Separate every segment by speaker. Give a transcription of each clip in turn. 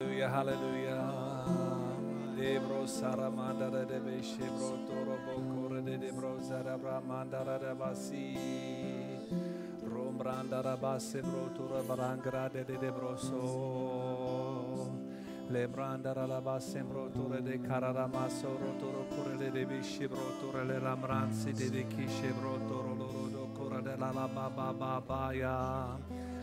Speaker 1: Hallelujah, hallelujah. Debro saramanda da de beshe bro toro bokore de debro zarabra mandara da basi. Rombranda da basse bro toro barangra de de debro so. Lembranda da basse bro toro de carara maso ro toro kore de de beshe bro toro le lambranzi de de kishe bro toro loro do kora de la la ba ba ba ba ya.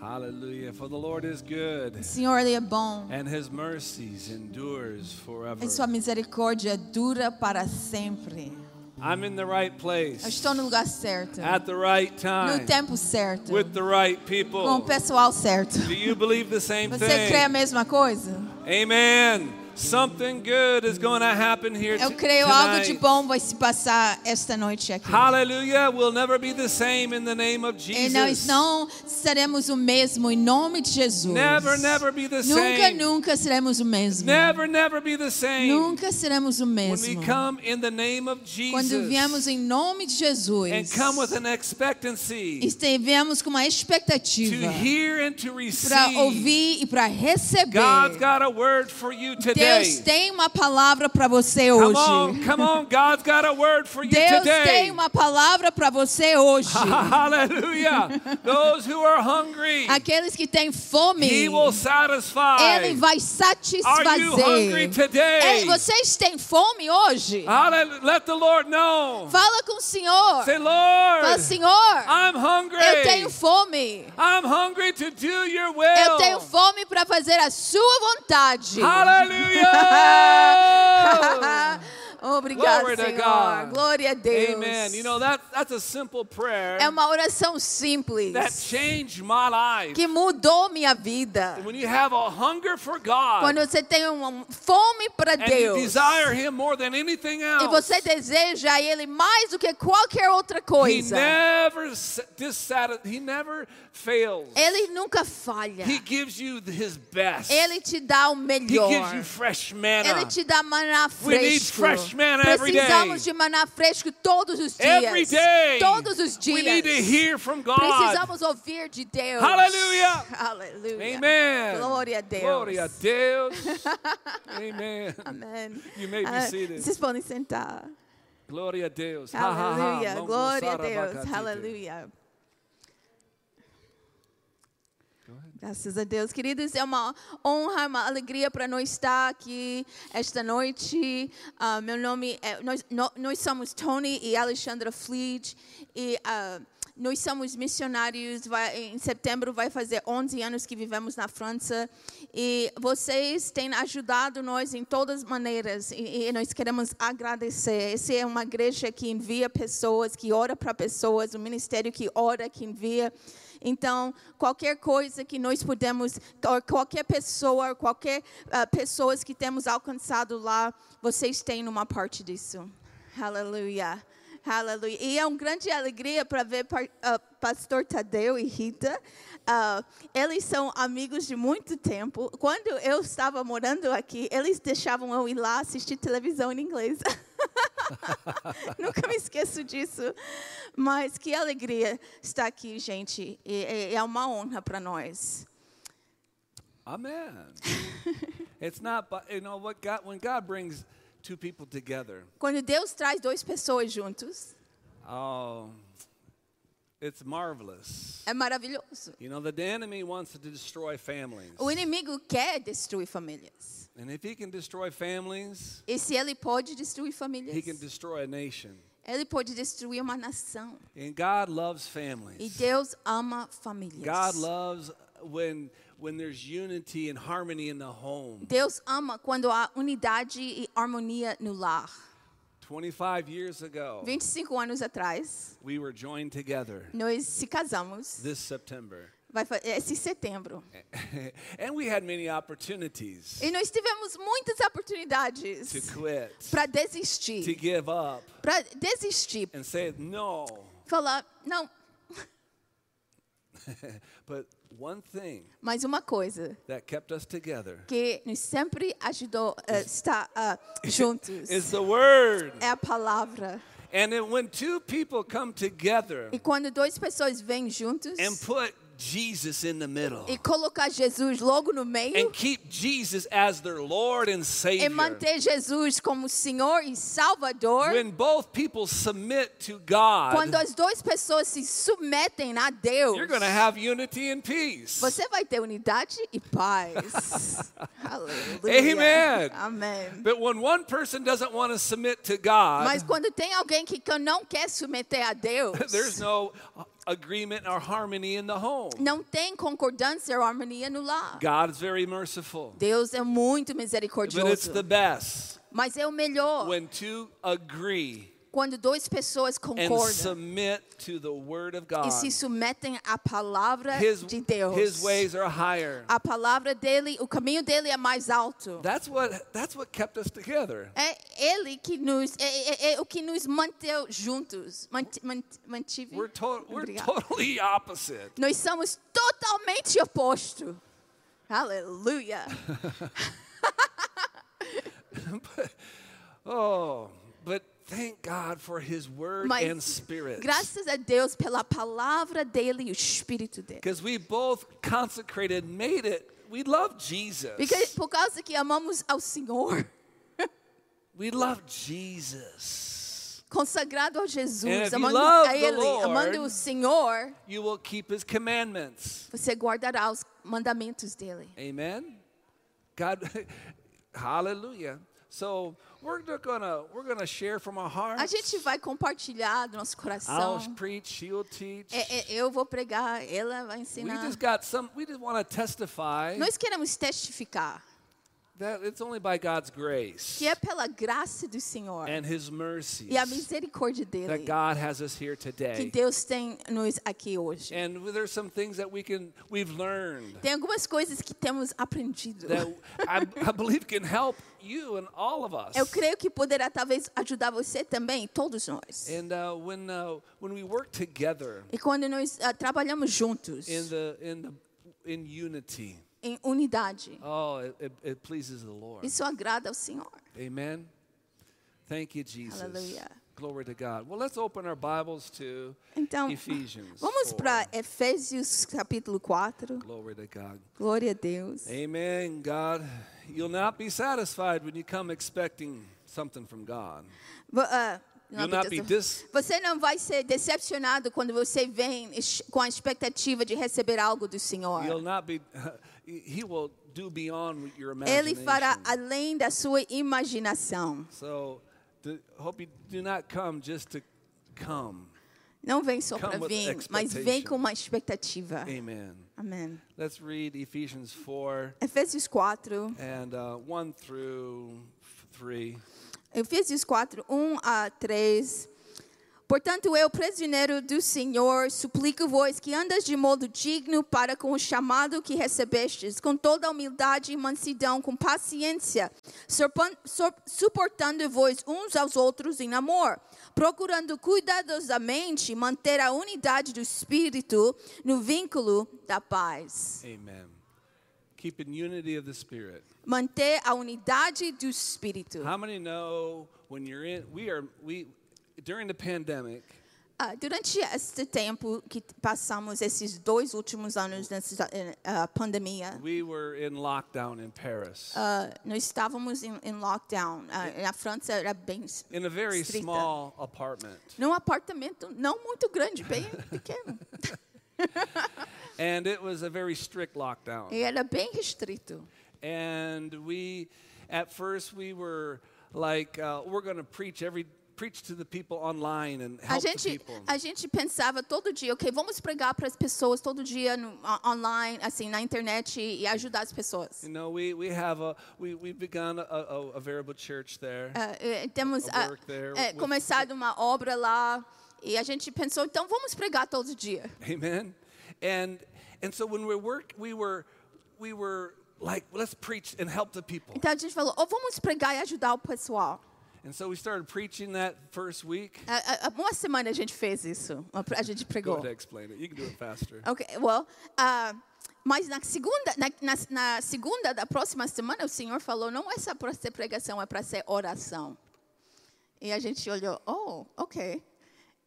Speaker 1: Hallelujah. For the Lord is good.
Speaker 2: O Senhor ele é bom.
Speaker 1: And his mercies endures forever.
Speaker 2: E sua misericórdia é dura para sempre.
Speaker 1: I'm in the right
Speaker 2: Eu
Speaker 1: place
Speaker 2: estou no lugar certo.
Speaker 1: at the right
Speaker 2: No
Speaker 1: time
Speaker 2: tempo certo.
Speaker 1: Ah, tá. with the right
Speaker 2: Com o
Speaker 1: people.
Speaker 2: pessoal certo.
Speaker 1: Do you believe the same
Speaker 2: Você crê a
Speaker 1: thing?
Speaker 2: mesma coisa?
Speaker 1: Amen. Something good is going to happen here t-
Speaker 2: Eu creio algo de
Speaker 1: tonight.
Speaker 2: bom vai se passar esta noite aqui.
Speaker 1: Hallelujah. We'll never be the same in the name of
Speaker 2: E nós
Speaker 1: Jesus.
Speaker 2: não seremos o mesmo em nome de Jesus.
Speaker 1: Never, never be the
Speaker 2: Nunca,
Speaker 1: same.
Speaker 2: nunca seremos o mesmo.
Speaker 1: Never, never be the same.
Speaker 2: Nunca seremos o
Speaker 1: When we
Speaker 2: mesmo.
Speaker 1: come in the name of
Speaker 2: Quando viemos
Speaker 1: Jesus
Speaker 2: em nome de Jesus.
Speaker 1: and come with an expectancy
Speaker 2: estivemos com uma
Speaker 1: to
Speaker 2: expectativa
Speaker 1: hear and to
Speaker 2: para
Speaker 1: receive.
Speaker 2: ouvir e para receber.
Speaker 1: God's got a word for you
Speaker 2: Deus
Speaker 1: today.
Speaker 2: tem uma palavra para você
Speaker 1: Come
Speaker 2: hoje.
Speaker 1: on, come on. God's got a word for you
Speaker 2: Deus tem
Speaker 1: today.
Speaker 2: uma palavra para você hoje.
Speaker 1: Hallelujah. Those who are hungry,
Speaker 2: Aqueles que têm fome,
Speaker 1: He will satisfy.
Speaker 2: Ele vai
Speaker 1: Are you hungry
Speaker 2: satisfazer.
Speaker 1: today? Ah.
Speaker 2: Ei, vocês têm fome hoje?
Speaker 1: Hallelujah. Let the Lord know.
Speaker 2: Fala com o Senhor.
Speaker 1: Say,
Speaker 2: Fala,
Speaker 1: Lord,
Speaker 2: Senhor,
Speaker 1: I'm
Speaker 2: eu tenho
Speaker 1: hungry.
Speaker 2: fome.
Speaker 1: I'm hungry to do your
Speaker 2: Eu tenho
Speaker 1: will.
Speaker 2: fome para fazer a sua vontade.
Speaker 1: Hallelujah.
Speaker 2: Oh, Obrigado,
Speaker 1: Glory to
Speaker 2: Senhor.
Speaker 1: God.
Speaker 2: Glória a Deus.
Speaker 1: Amen. You know, that, that's a simple prayer
Speaker 2: é uma oração
Speaker 1: that
Speaker 2: simples
Speaker 1: changed my life.
Speaker 2: que mudou minha vida.
Speaker 1: When you have a hunger for God
Speaker 2: Quando você tem uma fome para
Speaker 1: and you
Speaker 2: Deus
Speaker 1: desire Him more than anything
Speaker 2: e
Speaker 1: else,
Speaker 2: você deseja Ele mais do que qualquer outra
Speaker 1: He
Speaker 2: coisa,
Speaker 1: never s- dissati- He never fails.
Speaker 2: Ele nunca falha.
Speaker 1: He gives you His best.
Speaker 2: Ele te dá o
Speaker 1: He gives you
Speaker 2: melhor.
Speaker 1: fresh
Speaker 2: Ele
Speaker 1: manna.
Speaker 2: te dá maná
Speaker 1: We need
Speaker 2: fresco.
Speaker 1: fresh manna every
Speaker 2: Precisamos
Speaker 1: day.
Speaker 2: de maná fresco todos os
Speaker 1: Every
Speaker 2: dias.
Speaker 1: day,
Speaker 2: Todos os
Speaker 1: we need to
Speaker 2: dias.
Speaker 1: hear from God.
Speaker 2: Precisamos ouvir de Deus.
Speaker 1: Hallelujah.
Speaker 2: Aleluia.
Speaker 1: Amen.
Speaker 2: Glória a Deus.
Speaker 1: Glória a Deus. Amen.
Speaker 2: Amém.
Speaker 1: You may be
Speaker 2: Ah,
Speaker 1: seated.
Speaker 2: Vocês podem sentar.
Speaker 1: Glória a Deus. Ha, ha, ha.
Speaker 2: Aleluia.
Speaker 1: Longo
Speaker 2: Glória a
Speaker 1: sarabacatete.
Speaker 2: Deus. Aleluia. Graças a Deus. Queridos, é uma honra, uma alegria para nós estar aqui esta noite. Ah, meu nome é. Nós, nó- nós somos Tony e Alexandra Fleet. E. ah, nós somos missionários, vai, em setembro vai fazer 11 anos que vivemos na França e vocês têm ajudado nós em todas as maneiras e, e nós queremos agradecer. Essa é uma igreja que envia pessoas, que ora para pessoas, um ministério que ora, que envia. Então, qualquer coisa que nós podemos, ou qualquer pessoa, qualquer ah, pessoas que temos alcançado lá, vocês têm uma parte disso. Aleluia. Aleluia. E é uma grande alegria para ver par- ah, pastor Tadeu e Rita. Ah, eles são amigos de muito tempo. Quando eu estava morando aqui, eles deixavam eu ir lá assistir televisão em inglês. Nunca me esqueço disso. Mas que alegria estar aqui, gente. E- e- é uma honra para nós.
Speaker 1: Amen. it's not, but you know what God when God brings two people together.
Speaker 2: Quando Deus traz duas pessoas juntos,
Speaker 1: Oh, it's marvelous.
Speaker 2: é maravilhoso.
Speaker 1: You know, the enemy wants to destroy families.
Speaker 2: O inimigo quer destruir famílias.
Speaker 1: And if he can destroy families,
Speaker 2: E se ele pode destruir
Speaker 1: he can
Speaker 2: famílias,
Speaker 1: destroy a nation.
Speaker 2: ele pode destruir uma nação.
Speaker 1: And God loves
Speaker 2: E
Speaker 1: families.
Speaker 2: Deus ama famílias.
Speaker 1: God loves when when there's unity and harmony in the home.
Speaker 2: Deus ama quando há unidade e harmonia no lar.
Speaker 1: 25 years ago,
Speaker 2: 25 anos atrás,
Speaker 1: we were joined together
Speaker 2: nós se casamos
Speaker 1: this September.
Speaker 2: Vai fa- é esse setembro.
Speaker 1: And we had many opportunities
Speaker 2: E nós tivemos muitas oportunidades
Speaker 1: to quit,
Speaker 2: para
Speaker 1: to
Speaker 2: desistir,
Speaker 1: give up,
Speaker 2: para desistir,
Speaker 1: and say no.
Speaker 2: falar não.
Speaker 1: But one thing
Speaker 2: Mas uma coisa
Speaker 1: that kept us together
Speaker 2: que nos sempre ajudou a estar ah, juntos
Speaker 1: is the word.
Speaker 2: é a palavra.
Speaker 1: And then when two people come together
Speaker 2: E quando duas pessoas vêm juntos
Speaker 1: and put Jesus in the middle
Speaker 2: e colocar Jesus logo no meio
Speaker 1: and keep Jesus as their Lord and
Speaker 2: e
Speaker 1: Savior,
Speaker 2: manter Jesus como Senhor e Salvador,
Speaker 1: when both people submit to God,
Speaker 2: quando as duas pessoas se submetem a Deus,
Speaker 1: you're going to have unity and peace.
Speaker 2: você vai ter unidade e paz. Aleluia.
Speaker 1: Amen.
Speaker 2: Amém.
Speaker 1: But when one person doesn't want to submit to God,
Speaker 2: Mas quando tem alguém que não quer submeter a Deus,
Speaker 1: There's no uh, agreement or harmony in the home.
Speaker 2: não tem concordância ou harmonia no lar.
Speaker 1: God is very merciful,
Speaker 2: Deus é muito
Speaker 1: but it's
Speaker 2: misericordioso.
Speaker 1: the best
Speaker 2: Mas é o melhor
Speaker 1: when two agree
Speaker 2: quando duas pessoas
Speaker 1: and
Speaker 2: concordam
Speaker 1: submit to the Word of
Speaker 2: e
Speaker 1: God.
Speaker 2: se submetem à palavra
Speaker 1: His,
Speaker 2: de Ah. Deus.
Speaker 1: his ways are higher.
Speaker 2: A palavra dele, o caminho dele é mais alto.
Speaker 1: That's what, that's what kept us together.
Speaker 2: É ele que nos é, é- é o que nos manteu juntos, mant, mant, mantive.
Speaker 1: We're, to, we're
Speaker 2: Obrigada.
Speaker 1: totally opposite.
Speaker 2: Nós somos totalmente oposto. Aleluia.
Speaker 1: Oh, but thank God for His Word
Speaker 2: Mas
Speaker 1: and Spirit.
Speaker 2: Graças a Deus pela palavra dele e o espírito dele.
Speaker 1: Because we both consecrated, made it. We love Jesus.
Speaker 2: Porque, por causa que amamos ao Senhor,
Speaker 1: We love Jesus.
Speaker 2: consagrado a
Speaker 1: And
Speaker 2: Jesus,
Speaker 1: if you
Speaker 2: amando
Speaker 1: love
Speaker 2: a
Speaker 1: the
Speaker 2: ele,
Speaker 1: Lord,
Speaker 2: amando o Senhor,
Speaker 1: You will keep his commandments.
Speaker 2: você guardará os mandamentos dele.
Speaker 1: Amen. God Hallelujah. So, we're going to we're going to share from our heart.
Speaker 2: A gente vai compartilhar do nosso
Speaker 1: I'll
Speaker 2: coração.
Speaker 1: preach, she'll teach.
Speaker 2: É, é, eu vou pregar, ela vai
Speaker 1: We
Speaker 2: ensinar.
Speaker 1: just got some we just want to testify
Speaker 2: Nós queremos testificar
Speaker 1: that it's only by God's grace
Speaker 2: que é pela graça do Senhor
Speaker 1: and his mercy
Speaker 2: e a misericórdia dele
Speaker 1: that God has us here
Speaker 2: que
Speaker 1: today.
Speaker 2: Deus tem nos aqui hoje.
Speaker 1: And there's some things that we can we've learned
Speaker 2: Tem algumas coisas que temos aprendido.
Speaker 1: that I, I believe can help you and all of us.
Speaker 2: Eu creio que poderá talvez ajudar você também, todos nós.
Speaker 1: And uh, when uh, when we work together
Speaker 2: E quando nós ah, trabalhamos juntos,
Speaker 1: in the in the in unity,
Speaker 2: em unidade,
Speaker 1: oh, it, it, it pleases the Lord.
Speaker 2: isso agrada ao Senhor.
Speaker 1: Amen. Thank you, Jesus.
Speaker 2: Hallelujah.
Speaker 1: Glory to God. Well, let's open our Bibles to
Speaker 2: Então,
Speaker 1: Ephesians.
Speaker 2: um, vamos
Speaker 1: 4.
Speaker 2: para Efésios capítulo 4.
Speaker 1: Glory to God.
Speaker 2: Glória a Deus.
Speaker 1: É. Amen. God, you'll not be satisfied when you come expecting something from God.
Speaker 2: Vo- ah, não,
Speaker 1: You'll not be
Speaker 2: Peterson.
Speaker 1: dis-
Speaker 2: Você não vai ser decepcionado quando você vem es- com a expectativa de receber algo do Senhor.
Speaker 1: You'll not be. he will do beyond what your imagination.
Speaker 2: Ele fará além da sua imaginação.
Speaker 1: So, do, hope you do not come just to come.
Speaker 2: Não vem só
Speaker 1: Come
Speaker 2: para
Speaker 1: with
Speaker 2: vir, mas vem
Speaker 1: expectation.
Speaker 2: com uma expectativa.
Speaker 1: Amen.
Speaker 2: Amém.
Speaker 1: Let's read Ephesians 4
Speaker 2: Efésios 4,
Speaker 1: and uh, 1 through 3.
Speaker 2: Efésios 4, 1 a 3. Portanto, eu, prisioneiro do Senhor, suplico-vos que andas de modo digno para com o chamado que recebestes, com toda a humildade e mansidão, com paciência, surpan- sur- suportando-vos uns aos outros em amor, procurando cuidadosamente manter a unidade do Espírito no vínculo da paz.
Speaker 1: Amen. Keep in unity of the Spirit.
Speaker 2: Manter a unidade do Espírito.
Speaker 1: How many know when you're in, we are, we, during the pandemic,
Speaker 2: Ah, durante este tempo que passamos, esses dois últimos anos nessa eh, ah, pandemia,
Speaker 1: we were in lockdown in Paris
Speaker 2: ah, nós estávamos em, em lockdown. Ah, na França era bem s-
Speaker 1: in a very
Speaker 2: estrita.
Speaker 1: small apartment.
Speaker 2: Num apartamento não muito grande, bem pequeno.
Speaker 1: And it was a very strict lockdown.
Speaker 2: e era bem restrito.
Speaker 1: and we at first we were like uh, we're going to preach every preach to the people online and
Speaker 2: A
Speaker 1: help the
Speaker 2: gente,
Speaker 1: people
Speaker 2: a gente pensava todo dia, ok, vamos pregar para as pessoas todo dia no, on- online, assim, na internet e ajudar as pessoas.
Speaker 1: you know we, we have a we, we've begun a, a, a variable church there
Speaker 2: Ah, eh, temos
Speaker 1: A
Speaker 2: ah,
Speaker 1: work there
Speaker 2: eh,
Speaker 1: with-
Speaker 2: começado uma obra lá e a gente pensou, então vamos pregar todo dia.
Speaker 1: amen and And so when we work, we were, we were like, let's preach and help the people.
Speaker 2: Então a gente falou, oh, vamos pregar e ajudar o pessoal.
Speaker 1: And so we started preaching that first week.
Speaker 2: A, a, ah, uma semana a gente fez isso. A gente
Speaker 1: Go
Speaker 2: pregou.
Speaker 1: ahead, explain it. You can do it faster.
Speaker 2: Ok, well, ah, mas na segunda, na, na, na segunda da próxima semana, o Senhor falou, não é só para ser pregação, é para ser oração. E a gente olhou, oh, ok.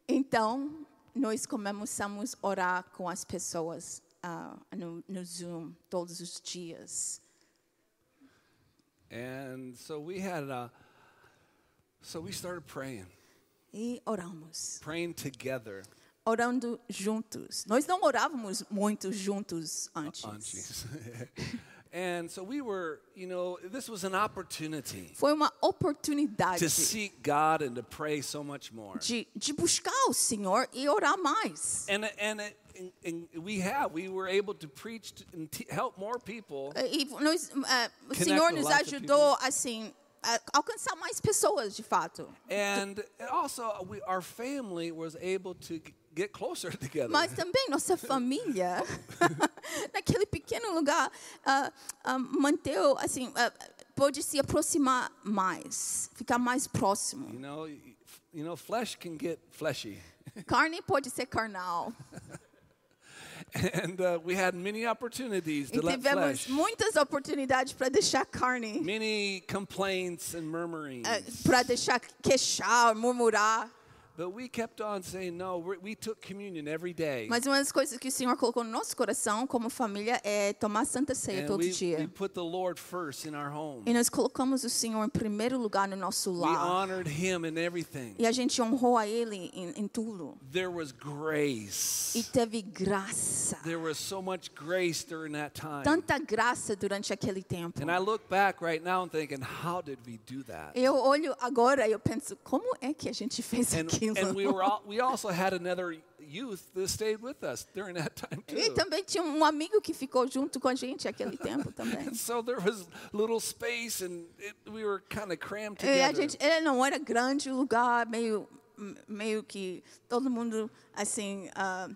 Speaker 2: Então, nós começamos a orar com as pessoas ah, no, no Zoom todos os dias.
Speaker 1: And so we had a, so we started praying,
Speaker 2: E oramos.
Speaker 1: praying together
Speaker 2: Orando juntos. Nós não orávamos muito juntos
Speaker 1: on
Speaker 2: antes.
Speaker 1: Jesus. and so we were, you know, this was an opportunity
Speaker 2: Foi uma
Speaker 1: to
Speaker 2: oportunidade
Speaker 1: seek God and to pray so much more.
Speaker 2: de, de buscar o Senhor e orar mais.
Speaker 1: And and it, and and we have we were able to preach to, and t- help more people.
Speaker 2: E nós, eh, o Senhor
Speaker 1: with
Speaker 2: nos
Speaker 1: lots of
Speaker 2: ajudou assim a alcançar mais pessoas de fato.
Speaker 1: And also we our family was able to g- get closer together.
Speaker 2: Mas também nossa família, naquele pequeno lugar, ah, ah, manteu, assim, ah, pôde se aproximar mais, ficar mais
Speaker 1: you
Speaker 2: próximo.
Speaker 1: know, y- you know, flesh can get fleshy.
Speaker 2: Carne pode ser carnal.
Speaker 1: And uh, we had many opportunities
Speaker 2: E
Speaker 1: to let
Speaker 2: tivemos
Speaker 1: flesh,
Speaker 2: muitas oportunidades para deixar carne,
Speaker 1: many complaints and murmurings.
Speaker 2: Uh, para deixar queixar, murmurar.
Speaker 1: But we kept on saying, no, we we took communion every day.
Speaker 2: Mas uma das coisas que o Senhor colocou no nosso coração como família é tomar santa ceia
Speaker 1: and
Speaker 2: todo
Speaker 1: we, we
Speaker 2: dia.
Speaker 1: put the Lord first in our home.
Speaker 2: E nós colocamos o Senhor em primeiro lugar no nosso
Speaker 1: We
Speaker 2: lar.
Speaker 1: honored Him in everything.
Speaker 2: E a gente honrou a Ele em, em tudo.
Speaker 1: There was grace.
Speaker 2: E teve graça.
Speaker 1: There was so much grace during that time.
Speaker 2: Tanta graça durante aquele tempo.
Speaker 1: And I look back right now and thinking, how did we do that?
Speaker 2: Eu olho agora e eu penso, como é que a gente fez
Speaker 1: And,
Speaker 2: aquilo?
Speaker 1: and we were all, we also had another youth that stayed with us during that time
Speaker 2: E
Speaker 1: too.
Speaker 2: também tinha um amigo que ficou junto com a gente aquele tempo também.
Speaker 1: So there was little space, and it, we were kind of crammed
Speaker 2: E É, a
Speaker 1: together.
Speaker 2: gente, ele não era grande o lugar, meio, meio que todo mundo assim, ah,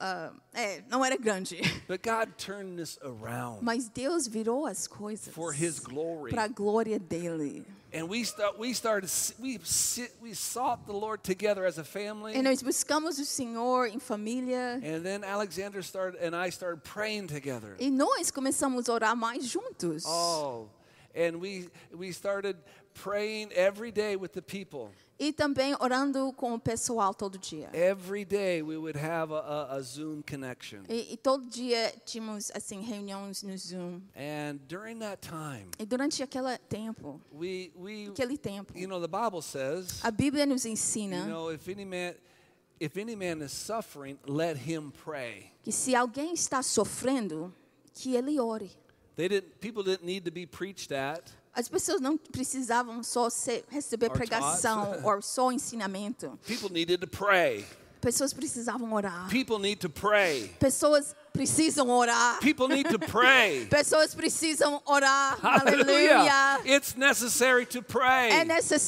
Speaker 2: ah, é, não era grande.
Speaker 1: But God turned this around
Speaker 2: Mas Deus virou as coisas
Speaker 1: for His glory,
Speaker 2: para a glória dele.
Speaker 1: and we start we started s- we sit, we sought the Lord together as a
Speaker 2: E
Speaker 1: family,
Speaker 2: nós buscamos o Senhor em família.
Speaker 1: and then Alexander started and I started praying together.
Speaker 2: E nós começamos a orar mais juntos.
Speaker 1: Oh, and we we started praying every day with the people.
Speaker 2: E também orando com o pessoal todo dia.
Speaker 1: Every day we would have a, a, a Zoom connection,
Speaker 2: E, e todo dia tínhamos assim reuniões no Zoom.
Speaker 1: and during that time
Speaker 2: E durante aquele tempo,
Speaker 1: we we
Speaker 2: aquele tempo,
Speaker 1: you know the Bible says
Speaker 2: a Bíblia nos
Speaker 1: you
Speaker 2: ensina
Speaker 1: know if any man if any man is suffering, let him pray.
Speaker 2: que se alguém está sofrendo, que ele ore.
Speaker 1: They didn't people didn't need to be preached at.
Speaker 2: As pessoas não precisavam só ser,
Speaker 1: Or
Speaker 2: receber
Speaker 1: taught.
Speaker 2: pregação ou só ensinamento.
Speaker 1: People needed to pray.
Speaker 2: Pessoas precisavam orar.
Speaker 1: People need to pray.
Speaker 2: Pessoas precisam orar.
Speaker 1: People need to pray.
Speaker 2: Pessoas precisam orar.
Speaker 1: Hallelujah.
Speaker 2: Aleluia.
Speaker 1: It's necessary to
Speaker 2: É
Speaker 1: pray.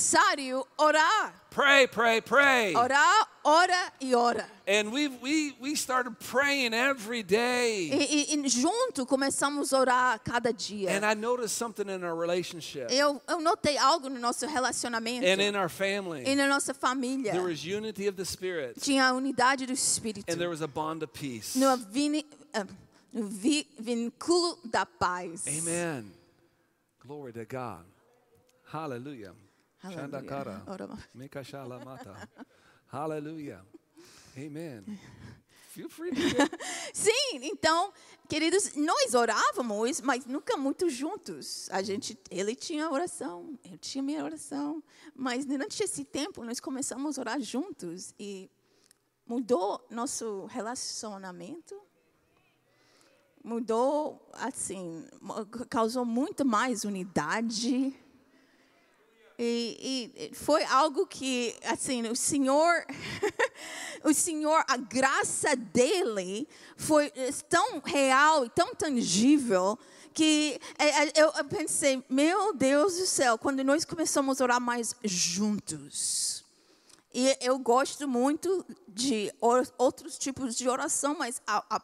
Speaker 2: necessário orar.
Speaker 1: Pray, pray, pray.
Speaker 2: Orar, ora e ora.
Speaker 1: And we we we started praying every day.
Speaker 2: E, e, e junto começamos a orar cada
Speaker 1: And
Speaker 2: dia.
Speaker 1: I noticed something in our relationship
Speaker 2: Eu, eu notei algo no nosso relacionamento
Speaker 1: and in our
Speaker 2: e
Speaker 1: family.
Speaker 2: na nossa família.
Speaker 1: There was unity of the spirit
Speaker 2: Tinha a unidade do Espírito.
Speaker 1: and there was a bond of peace.
Speaker 2: no, vini, ah, no vi, vínculo da paz.
Speaker 1: Amen. Glory to God. Hallelujah.
Speaker 2: Hallelujah.
Speaker 1: Shandakara.
Speaker 2: Ora-
Speaker 1: Mikashalamata. Hallelujah. Amen. Feel free to get
Speaker 2: Sim, então, queridos, nós orávamos, mas nunca muito juntos. A gente, ele tinha oração, eu tinha minha oração, mas durante esse tempo nós começamos a orar juntos e mudou nosso relacionamento. Mudou, assim, mo- causou muito mais unidade. E, e foi algo que, assim, o Senhor, o Senhor, a graça dele foi eh, tão real e tão tangível que eh, eh, eu eu pensei, meu Deus do céu, quando nós começamos a orar mais juntos, E eu gosto muito de or- outros tipos de oração, mas a, a,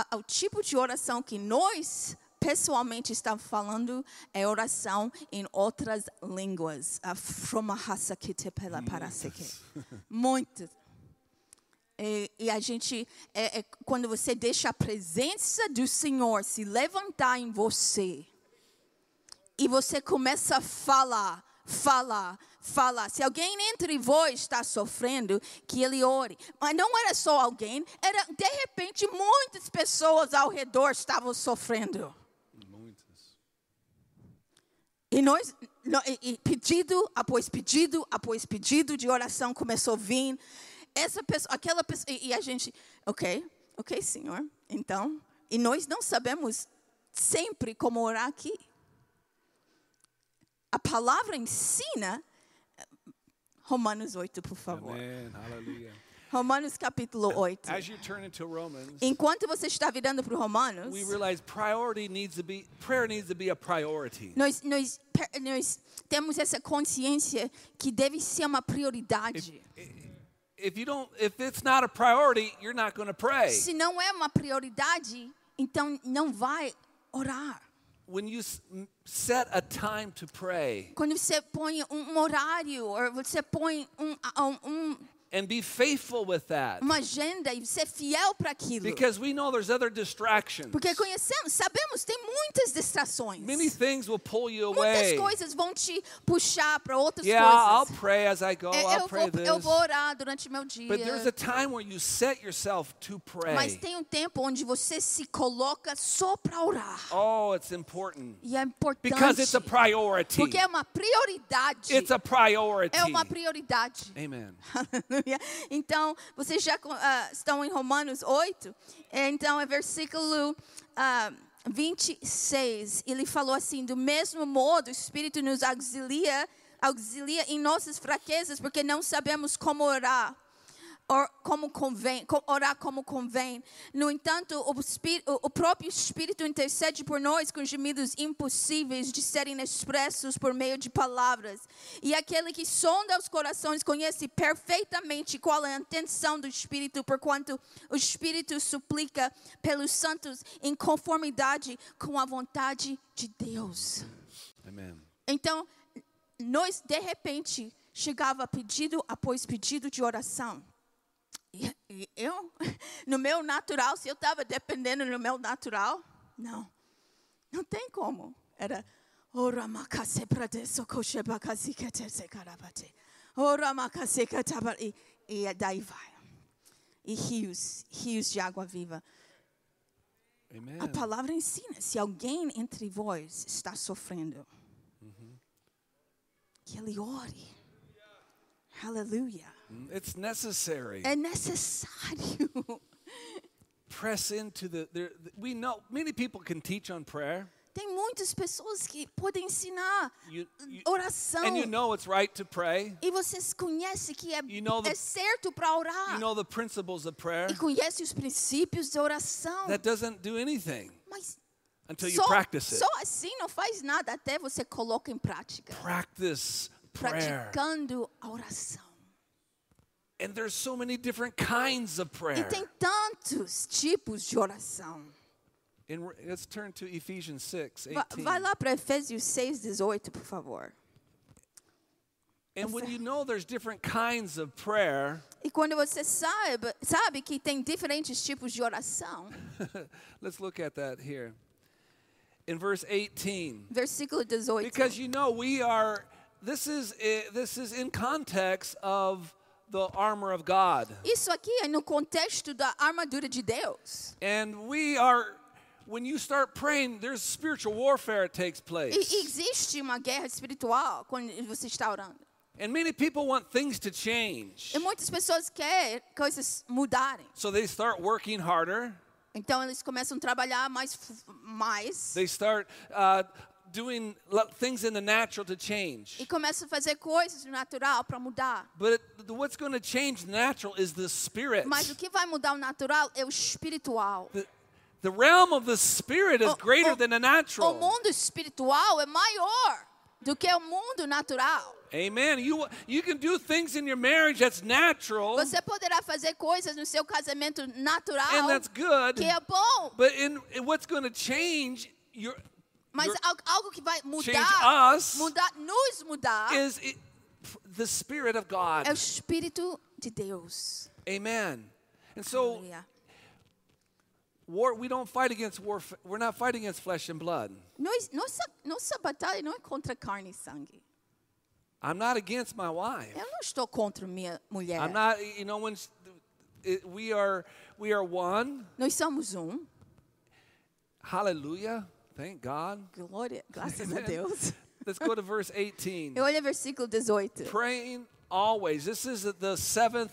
Speaker 2: a, o tipo de oração que nós pessoalmente estamos falando é oração em outras línguas. A From a raça que te pela para seque. Muito. E, e a gente, é, é quando você deixa a presença do Senhor se levantar em você, e você começa a falar, falar, falar. Se alguém entre vós está sofrendo, que ele ore. Mas não era só alguém, era de repente muitas pessoas ao redor estavam sofrendo.
Speaker 1: Muitas.
Speaker 2: E nós, no- e- e pedido após pedido após pedido de oração começou a vir. Essa pessoa, aquela pessoa, e, e a gente, ok, ok, senhor. Então, e nós não sabemos sempre como orar aqui. A palavra ensina. Romanos 8, por favor.
Speaker 1: Amen. Hallelujah.
Speaker 2: Romanos capítulo 8.
Speaker 1: As you turn into Romans,
Speaker 2: Enquanto você está virando para o Romanos,
Speaker 1: we realize priority needs to be prayer needs to be a priority.
Speaker 2: nós, nós, pe- nós temos essa consciência que deve ser uma prioridade.
Speaker 1: If you don't if it's not a priority, you're not going to pray.
Speaker 2: Se não é uma prioridade, então não vai orar.
Speaker 1: When you s- m- set a time to pray
Speaker 2: Quando você põe um um horário, ou você põe um, a- um- um-
Speaker 1: and be faithful with that
Speaker 2: uma agenda e ser fiel para aquilo.
Speaker 1: because we know there's other distractions.
Speaker 2: Porque conhecemos, sabemos, tem muitas distrações.
Speaker 1: Many things will pull you
Speaker 2: Muitas
Speaker 1: away.
Speaker 2: coisas vão te puxar para outras
Speaker 1: Yeah, I'll
Speaker 2: coisas.
Speaker 1: pray as I go.
Speaker 2: É,
Speaker 1: I'll
Speaker 2: eu,
Speaker 1: pray
Speaker 2: vou, eu
Speaker 1: this.
Speaker 2: vou orar durante meu dia.
Speaker 1: But there's a time where you set yourself to
Speaker 2: Mas
Speaker 1: pray.
Speaker 2: tem um tempo onde você se coloca só para orar.
Speaker 1: Oh, it's important
Speaker 2: E é importante.
Speaker 1: because it's a priority.
Speaker 2: Porque é uma prioridade.
Speaker 1: It's a priority.
Speaker 2: É uma prioridade.
Speaker 1: Amen.
Speaker 2: Aleluia. Então, vocês já co- ah, estão em Romanos 8, É, então é versículo ah, 26. Ele falou assim: do mesmo modo, o Espírito nos auxilia, auxilia em nossas fraquezas, porque não sabemos como orar. or- Como convém, co- orar como convém. No entanto, o, Espí- o- o próprio Espírito intercede por nós com gemidos impossíveis de serem expressos por meio de palavras. E aquele que sonda os corações conhece perfeitamente qual é a intenção do Espírito, porquanto o Espírito suplica pelos santos em conformidade com a vontade de Deus.
Speaker 1: Amen.
Speaker 2: Então, nós de repente chegava pedido após pedido de oração. E- e eu, no meu natural, se eu estava dependendo do meu natural, não, não tem como. Era "Oh, ora makase pradeso koshe bakasi kete se karabate. Oh, Ora makase kataba e e daí vai. E rios, rios de água viva. A
Speaker 1: Amen.
Speaker 2: palavra ensina: se alguém entre vós está sofrendo,
Speaker 1: Uhum.
Speaker 2: que ele ore. Aleluia.
Speaker 1: It's necessary.
Speaker 2: É necessário.
Speaker 1: Press into the, there, th- we know many people can teach on prayer.
Speaker 2: Tem muitas pessoas que podem ensinar
Speaker 1: You- you-
Speaker 2: oração.
Speaker 1: And you know it's right to pray.
Speaker 2: e vocês conhecem que é,
Speaker 1: You know the-
Speaker 2: é certo para orar.
Speaker 1: You know the principles of prayer.
Speaker 2: e conhecem os princípios de oração.
Speaker 1: That doesn't do anything
Speaker 2: Mas
Speaker 1: until you
Speaker 2: só,
Speaker 1: practice it.
Speaker 2: só assim não faz nada até você coloca em prática.
Speaker 1: Practice prayer.
Speaker 2: Praticando a oração.
Speaker 1: And there's so many different kinds of
Speaker 2: E
Speaker 1: prayer.
Speaker 2: tem tantos tipos de oração.
Speaker 1: And we're- let's turn to Ephesians 6,
Speaker 2: Va-
Speaker 1: 18.
Speaker 2: Vai lá para Efésios 6, 18, por favor.
Speaker 1: And when you know there's different kinds of prayer,
Speaker 2: E quando você sabe, sabe que tem diferentes tipos de oração,
Speaker 1: let's look at that here. In verse 18,
Speaker 2: versículo 18.
Speaker 1: because you know we are this is i- this is in context of the armor of God.
Speaker 2: Isso aqui é no contexto da armadura de Deus.
Speaker 1: And we are when you start praying there's spiritual warfare that takes place.
Speaker 2: E existe uma guerra espiritual quando você está orando.
Speaker 1: And many people want things to change.
Speaker 2: E muitas pessoas querem coisas mudarem.
Speaker 1: So they start working harder.
Speaker 2: Então eles começam a trabalhar mais, f- mais
Speaker 1: They start uh, doing lo- things in the natural to change.
Speaker 2: e começam a fazer coisas no natural para mudar.
Speaker 1: But it, the- what's going to change the natural is the spirit.
Speaker 2: Mas o que vai mudar o natural é o espiritual.
Speaker 1: The, the realm of the spirit is
Speaker 2: O-
Speaker 1: greater
Speaker 2: o-
Speaker 1: than the
Speaker 2: O
Speaker 1: natural.
Speaker 2: mundo espiritual é maior do que o mundo natural.
Speaker 1: Amen. You you can do things in your marriage that's natural
Speaker 2: Você poderá fazer coisas no seu casamento natural
Speaker 1: and that's good.
Speaker 2: que é bom,
Speaker 1: But in, in what's going to change your
Speaker 2: mas
Speaker 1: your-
Speaker 2: al- algo que vai
Speaker 1: change
Speaker 2: mudar,
Speaker 1: us
Speaker 2: mudar nos mudar
Speaker 1: is it, the spirit of God.
Speaker 2: é o Espírito de Deus.
Speaker 1: Amen. And so
Speaker 2: Aleluia.
Speaker 1: war we don't fight against war we're not fighting against flesh and blood.
Speaker 2: Nós- Nossa, nossa batalha é não é contra carne e sangue.
Speaker 1: I'm not against my wife.
Speaker 2: Eu não estou contra minha mulher.
Speaker 1: I'm not you know when s- it, we are we are one.
Speaker 2: Nós somos um.
Speaker 1: Hallelujah. Thank God.
Speaker 2: Glória, graças a Deus.
Speaker 1: Let's go to verse 18.
Speaker 2: E olha o versículo 18.
Speaker 1: Praying always. This is the seventh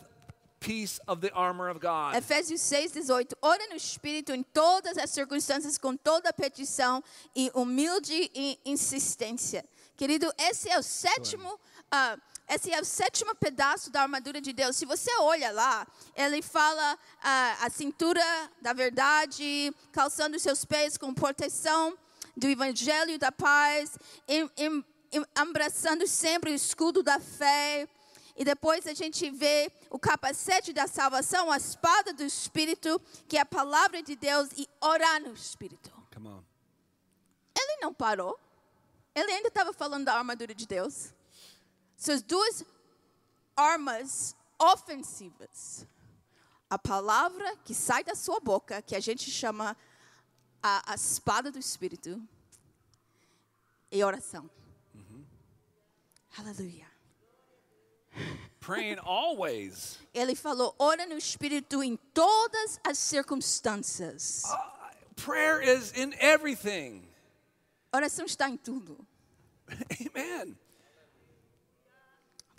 Speaker 1: piece of the armor of God.
Speaker 2: Efésios 6, 18. Ora no Espírito em todas as circunstâncias, com toda petição e humilde e insistência. Querido, esse é o sétimo, ah, esse é o sétimo pedaço da armadura de Deus. Se você olha lá, ele fala ah, a cintura da verdade, calçando os seus pés com proteção do evangelho da paz, em, em, em- abraçando sempre o escudo da fé. E depois a gente vê o capacete da salvação, a espada do Espírito, que é a palavra de Deus, e orar no Espírito.
Speaker 1: Come on.
Speaker 2: Ele não parou. Ele ainda estava falando da armadura de Deus. Suas duas armas ofensivas. A palavra que sai da sua boca, que a gente chama a, a espada do Espírito, e oração. Aleluia.
Speaker 1: Praying always.
Speaker 2: Ele falou: ora no Espírito em todas as circunstâncias.
Speaker 1: Prayer is in everything.
Speaker 2: Oração está em tudo.
Speaker 1: Amen.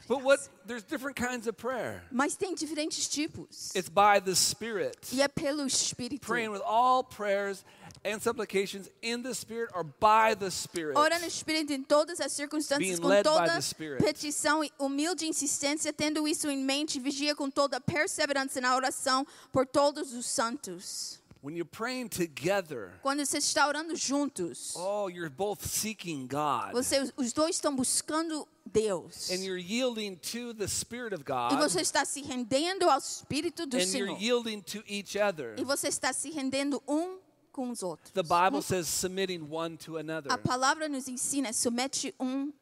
Speaker 1: But what there's different kinds of prayer.
Speaker 2: Mas tem diferentes tipos.
Speaker 1: It's by the Spirit.
Speaker 2: E é pelo Espírito.
Speaker 1: Praying with all prayers and supplications in the Spirit or by the Spirit.
Speaker 2: Ora no Espírito em todas as circunstâncias,
Speaker 1: Being
Speaker 2: com
Speaker 1: led by
Speaker 2: toda
Speaker 1: the Spirit.
Speaker 2: petição e humilde insistência, tendo isso em mente, vigia com toda perseverança na oração por todos os santos.
Speaker 1: When you're praying together,
Speaker 2: Quando você está orando juntos,
Speaker 1: oh, you're both seeking God.
Speaker 2: você, os dois estão buscando Deus.
Speaker 1: and
Speaker 2: E
Speaker 1: you're yielding to the Spirit of God,
Speaker 2: você está se rendendo ao Espírito do
Speaker 1: and
Speaker 2: Senhor.
Speaker 1: you're yielding to each other.
Speaker 2: E você está se rendendo um com os outros. Hum,
Speaker 1: The Bible says submitting one to another.
Speaker 2: A palavra nos ensina, submete um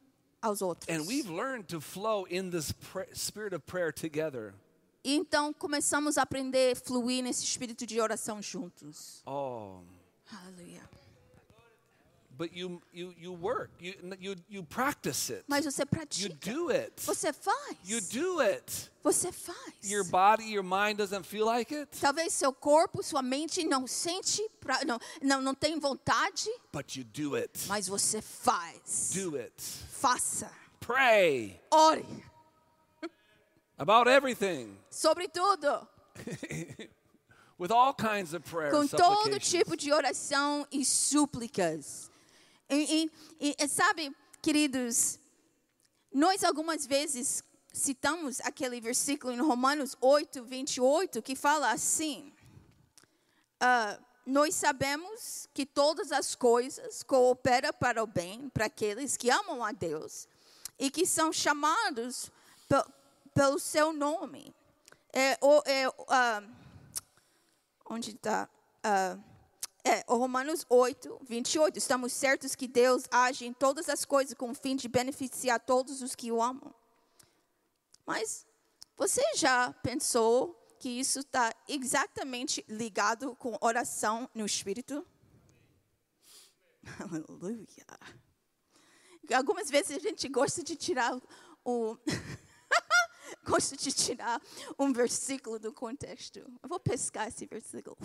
Speaker 2: aos outros.
Speaker 1: And we've learned to flow in this pra- spirit of prayer together.
Speaker 2: E então começamos a aprender a fluir nesse espírito de oração juntos.
Speaker 1: Oh,
Speaker 2: Aleluia.
Speaker 1: but you you you work. You you you practice it.
Speaker 2: Mas você
Speaker 1: You
Speaker 2: pratica.
Speaker 1: do it.
Speaker 2: Você faz.
Speaker 1: You do it.
Speaker 2: Você faz.
Speaker 1: Your body, your mind doesn't feel like it,
Speaker 2: Talvez seu corpo, sua mente não sente, pra, não, não, não tem vontade,
Speaker 1: but you do it.
Speaker 2: mas você faz.
Speaker 1: Do it.
Speaker 2: Faça.
Speaker 1: Pray
Speaker 2: Ore.
Speaker 1: about everything
Speaker 2: Sobretudo,
Speaker 1: with all kinds of prayer.
Speaker 2: com
Speaker 1: and
Speaker 2: todo
Speaker 1: supplications.
Speaker 2: tipo de oração e súplicas. E, e- e- e sabe, queridos, nós algumas vezes citamos aquele versículo em Romanos 8, 28, que fala assim: ah, Nós sabemos que todas as coisas cooperam para o bem, para aqueles que amam a Deus e que são chamados pe- pelo seu nome. É, o- é, ah, onde está? Ah, é, o Romanos 8, 28. Estamos certos que Deus age em todas as coisas com o fim de beneficiar todos os que o amam. Mas você já pensou que isso está exatamente ligado com oração no Espírito? Aleluia. Algumas vezes a gente gosta de tirar o. gosta de tirar um versículo do contexto. Eu vou pescar esse versículo.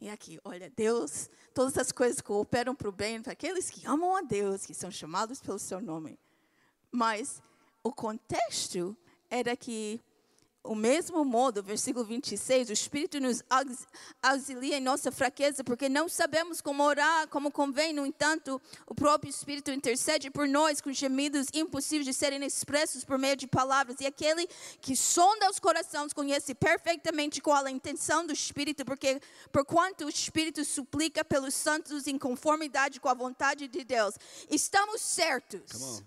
Speaker 2: E aqui, olha, Deus, todas as coisas cooperam para o bem para aqueles que amam a Deus, que são chamados pelo seu nome. Mas o contexto era que o mesmo modo, versículo 26, o Espírito nos aux- auxilia em nossa fraqueza, porque não sabemos como orar, como convém. No entanto, o próprio Espírito intercede por nós com gemidos impossíveis de serem expressos por meio de palavras. E aquele que sonda os corações conhece perfeitamente qual a intenção do Espírito, porque porquanto o Espírito suplica pelos santos em conformidade com a vontade de Deus. Estamos
Speaker 1: Come
Speaker 2: certos
Speaker 1: on.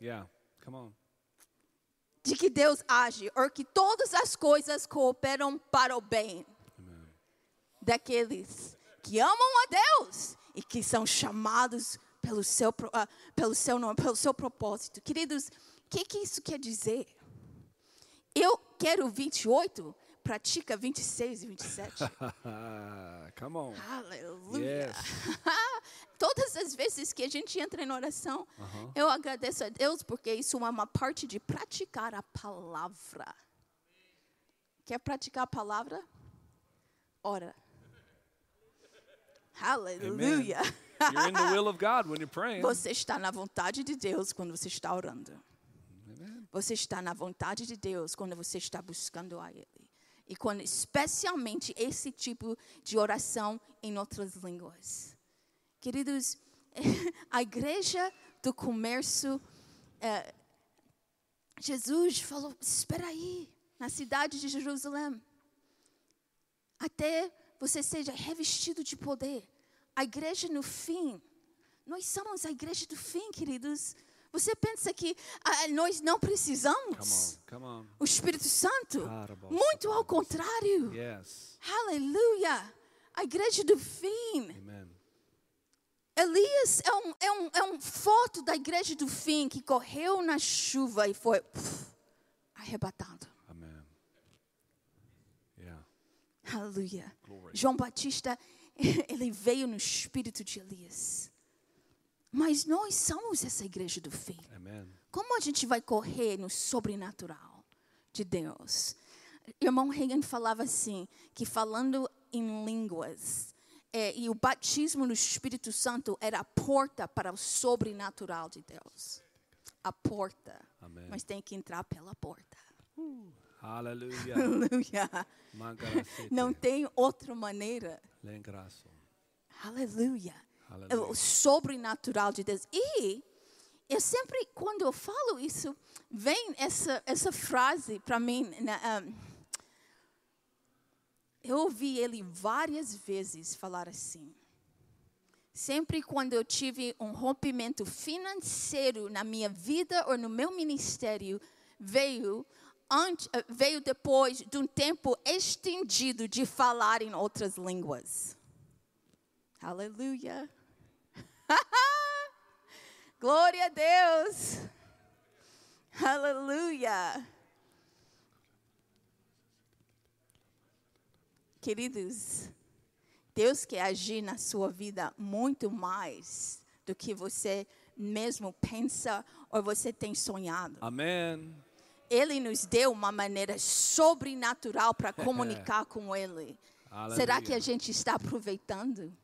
Speaker 1: Yeah, come on.
Speaker 2: de que Deus age, ou que todas as coisas cooperam para o bem daqueles que amam a Deus e que são chamados pelo seu, pro- ah, pelo seu nome, pelo seu propósito. Queridos, o que, que isso quer dizer? Eu quero 28, pratica 26 e 27.
Speaker 1: come on.
Speaker 2: Aleluia.
Speaker 1: Yes.
Speaker 2: Todas as vezes que a gente entra em oração, eu agradeço a Deus porque isso é uma parte de praticar a palavra. Quer praticar a palavra? Ora. Aleluia.
Speaker 1: You're in the will of God when you're praying.
Speaker 2: Você está na vontade de Deus quando você está orando. Você está na vontade de Deus quando você está buscando a Ele. E quando, especialmente, esse tipo de oração em outras línguas. Queridos, a igreja do comércio, eh, Jesus falou: espera aí, na cidade de Jerusalém até você seja revestido de poder. A igreja no fim, nós somos a igreja do fim, queridos. Você pensa que ah, nós não
Speaker 1: Come on,
Speaker 2: precisamos
Speaker 1: come on.
Speaker 2: o Espírito Santo?
Speaker 1: Cara, bom.
Speaker 2: Muito ao contrário.
Speaker 1: Yes,
Speaker 2: Aleluia! A igreja do fim.
Speaker 1: amen.
Speaker 2: Elias é um, é, um, é um foto da igreja do fim que correu na chuva e foi puf, arrebatado.
Speaker 1: Amen. Yeah.
Speaker 2: Aleluia.
Speaker 1: Glory.
Speaker 2: João Batista, ele veio no espírito de Elias. Mas nós somos essa igreja do fim.
Speaker 1: Amen.
Speaker 2: Como a gente vai correr no sobrenatural de Deus? Irmão Reagan falava assim, que falando em línguas, eh, e o batismo no Espírito Santo era a porta para o sobrenatural de Deus. A porta.
Speaker 1: Amém.
Speaker 2: Mas tem que entrar pela porta.
Speaker 1: Hallelujah.
Speaker 2: Aleluia.
Speaker 1: Mangaracete.
Speaker 2: Não tem outra maneira.
Speaker 1: Lengraço.
Speaker 2: Aleluia.
Speaker 1: Aleluia.
Speaker 2: O sobrenatural de Deus. E eu sempre, quando eu falo isso, vem essa, essa frase para mim. né, ahm, eu ouvi ele várias vezes falar assim. Sempre quando eu tive um rompimento financeiro na minha vida ou no meu ministério, veio ante, eh, veio depois de um tempo estendido de falar em outras línguas. Aleluia. Glória a Deus. Aleluia. Queridos, Deus quer agir na sua vida muito mais do que você mesmo pensa ou você tem sonhado.
Speaker 1: Amen.
Speaker 2: Ele nos deu uma maneira sobrenatural para comunicar com Ele. Será que
Speaker 1: É.
Speaker 2: a
Speaker 1: Aleluia.
Speaker 2: gente está aproveitando?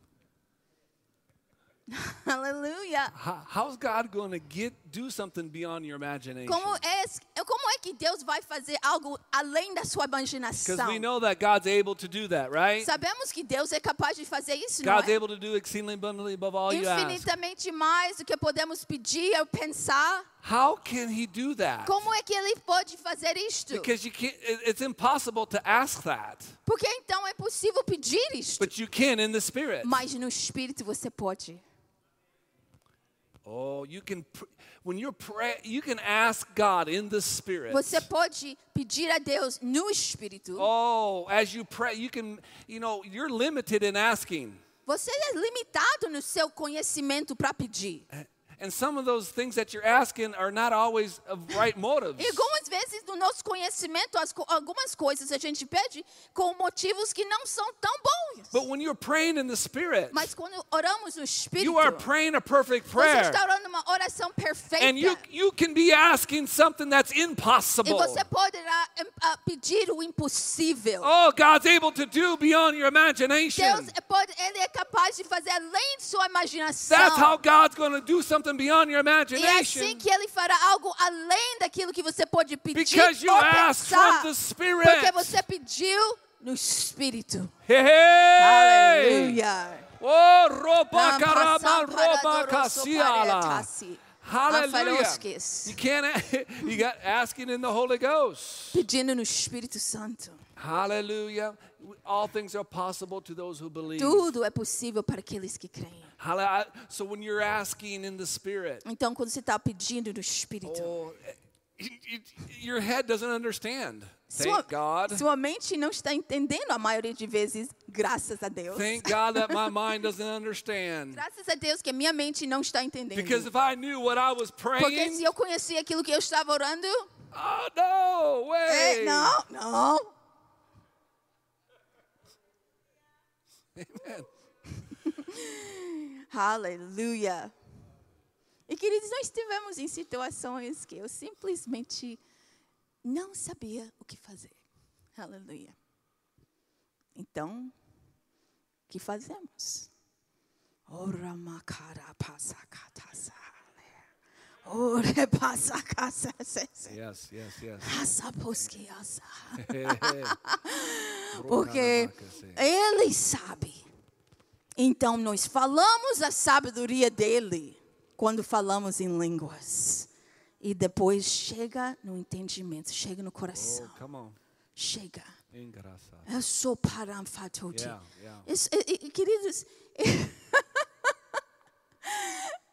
Speaker 2: Aleluia!
Speaker 1: How, how's God going to get do something beyond your imagination?
Speaker 2: Como é, como é que Deus vai fazer algo além da sua
Speaker 1: Because
Speaker 2: imaginação?
Speaker 1: we know that God's able to do that, right?
Speaker 2: Sabemos que Deus é capaz de fazer isso, não
Speaker 1: God's
Speaker 2: é?
Speaker 1: able to do exceedingly abundantly above all you ask.
Speaker 2: Infinitamente mais do que podemos pedir ou pensar.
Speaker 1: How can He do that?
Speaker 2: Como é que Ele pode fazer isto?
Speaker 1: Because you can't. It, it's impossible to ask that,
Speaker 2: Porque então é possível pedir isto.
Speaker 1: but you can in the Spirit.
Speaker 2: Mas no Espírito você pode.
Speaker 1: Oh, you can. Pr- when you're pray, you can ask God in the Spirit.
Speaker 2: Você pode pedir a Deus no Espírito.
Speaker 1: Oh, as you pray, you can. You know, you're limited in asking.
Speaker 2: Você é limitado no seu conhecimento para pedir.
Speaker 1: And some of those things that you're asking are not always of right motives.
Speaker 2: E algumas vezes, no nosso conhecimento, as co- algumas coisas a gente pede com motivos que não são tão
Speaker 1: But
Speaker 2: bons.
Speaker 1: when you're praying in the Spirit,
Speaker 2: Mas quando oramos no Espírito,
Speaker 1: you are praying a perfect
Speaker 2: você
Speaker 1: prayer.
Speaker 2: está orando uma oração perfeita.
Speaker 1: And you, you can be asking something that's
Speaker 2: E
Speaker 1: impossible.
Speaker 2: você poderá em, ah, pedir o impossível.
Speaker 1: Oh, God's able to do beyond your imagination.
Speaker 2: Deus é, pode, Ele é capaz de fazer além de sua imaginação.
Speaker 1: That's how God's going to do something beyond your
Speaker 2: e é
Speaker 1: imagination.
Speaker 2: assim que Ele fará algo além daquilo que você pode pedi
Speaker 1: Because you
Speaker 2: ou
Speaker 1: asked
Speaker 2: pensar.
Speaker 1: from the Spirit.
Speaker 2: Porque você pediu no Espírito.
Speaker 1: Hey, hey.
Speaker 2: Aleluia.
Speaker 1: Oh, roba
Speaker 2: Não,
Speaker 1: caramba,
Speaker 2: passam para
Speaker 1: roba
Speaker 2: dorosso
Speaker 1: caciala.
Speaker 2: pareatasi.
Speaker 1: Hallelujah.
Speaker 2: Afaroskis.
Speaker 1: You can't, you got asking in the Holy Ghost.
Speaker 2: Pedindo no Espírito Santo.
Speaker 1: Hallelujah. All things are possible to those who believe.
Speaker 2: Tudo é possível para aqueles que creem.
Speaker 1: Halle- So when you're asking in the Spirit,
Speaker 2: Então, quando você está pedindo no Espírito,
Speaker 1: oh, it- it- your head doesn't understand.
Speaker 2: sua,
Speaker 1: Thank God.
Speaker 2: sua mente não está entendendo a maioria de vezes, graças a Deus.
Speaker 1: Thank God that my mind doesn't understand.
Speaker 2: Graças a Deus que a minha mente não está entendendo.
Speaker 1: Because if I knew what I was
Speaker 2: Porque se
Speaker 1: praying,
Speaker 2: eu conhecia aquilo que eu estava orando,
Speaker 1: oh no,
Speaker 2: é,
Speaker 1: way.
Speaker 2: não, não. Aleluia. E queridos, nós estivemos em situações que eu simplesmente não sabia o que fazer. Aleluia. Então, o que fazemos? Ora makara passa katasa. Ora passa casa.
Speaker 1: Yes, yes, yes.
Speaker 2: Asa poski asa.
Speaker 1: Hey, hey.
Speaker 2: Porque ele sabe. Então nós falamos a sabedoria dele quando falamos em línguas. E depois chega no entendimento, chega no coração.
Speaker 1: Oh, come on.
Speaker 2: Chega.
Speaker 1: Engraçado.
Speaker 2: Eu sou paramfatoti.
Speaker 1: Yeah, yeah.
Speaker 2: Isso- e- e- Queridos,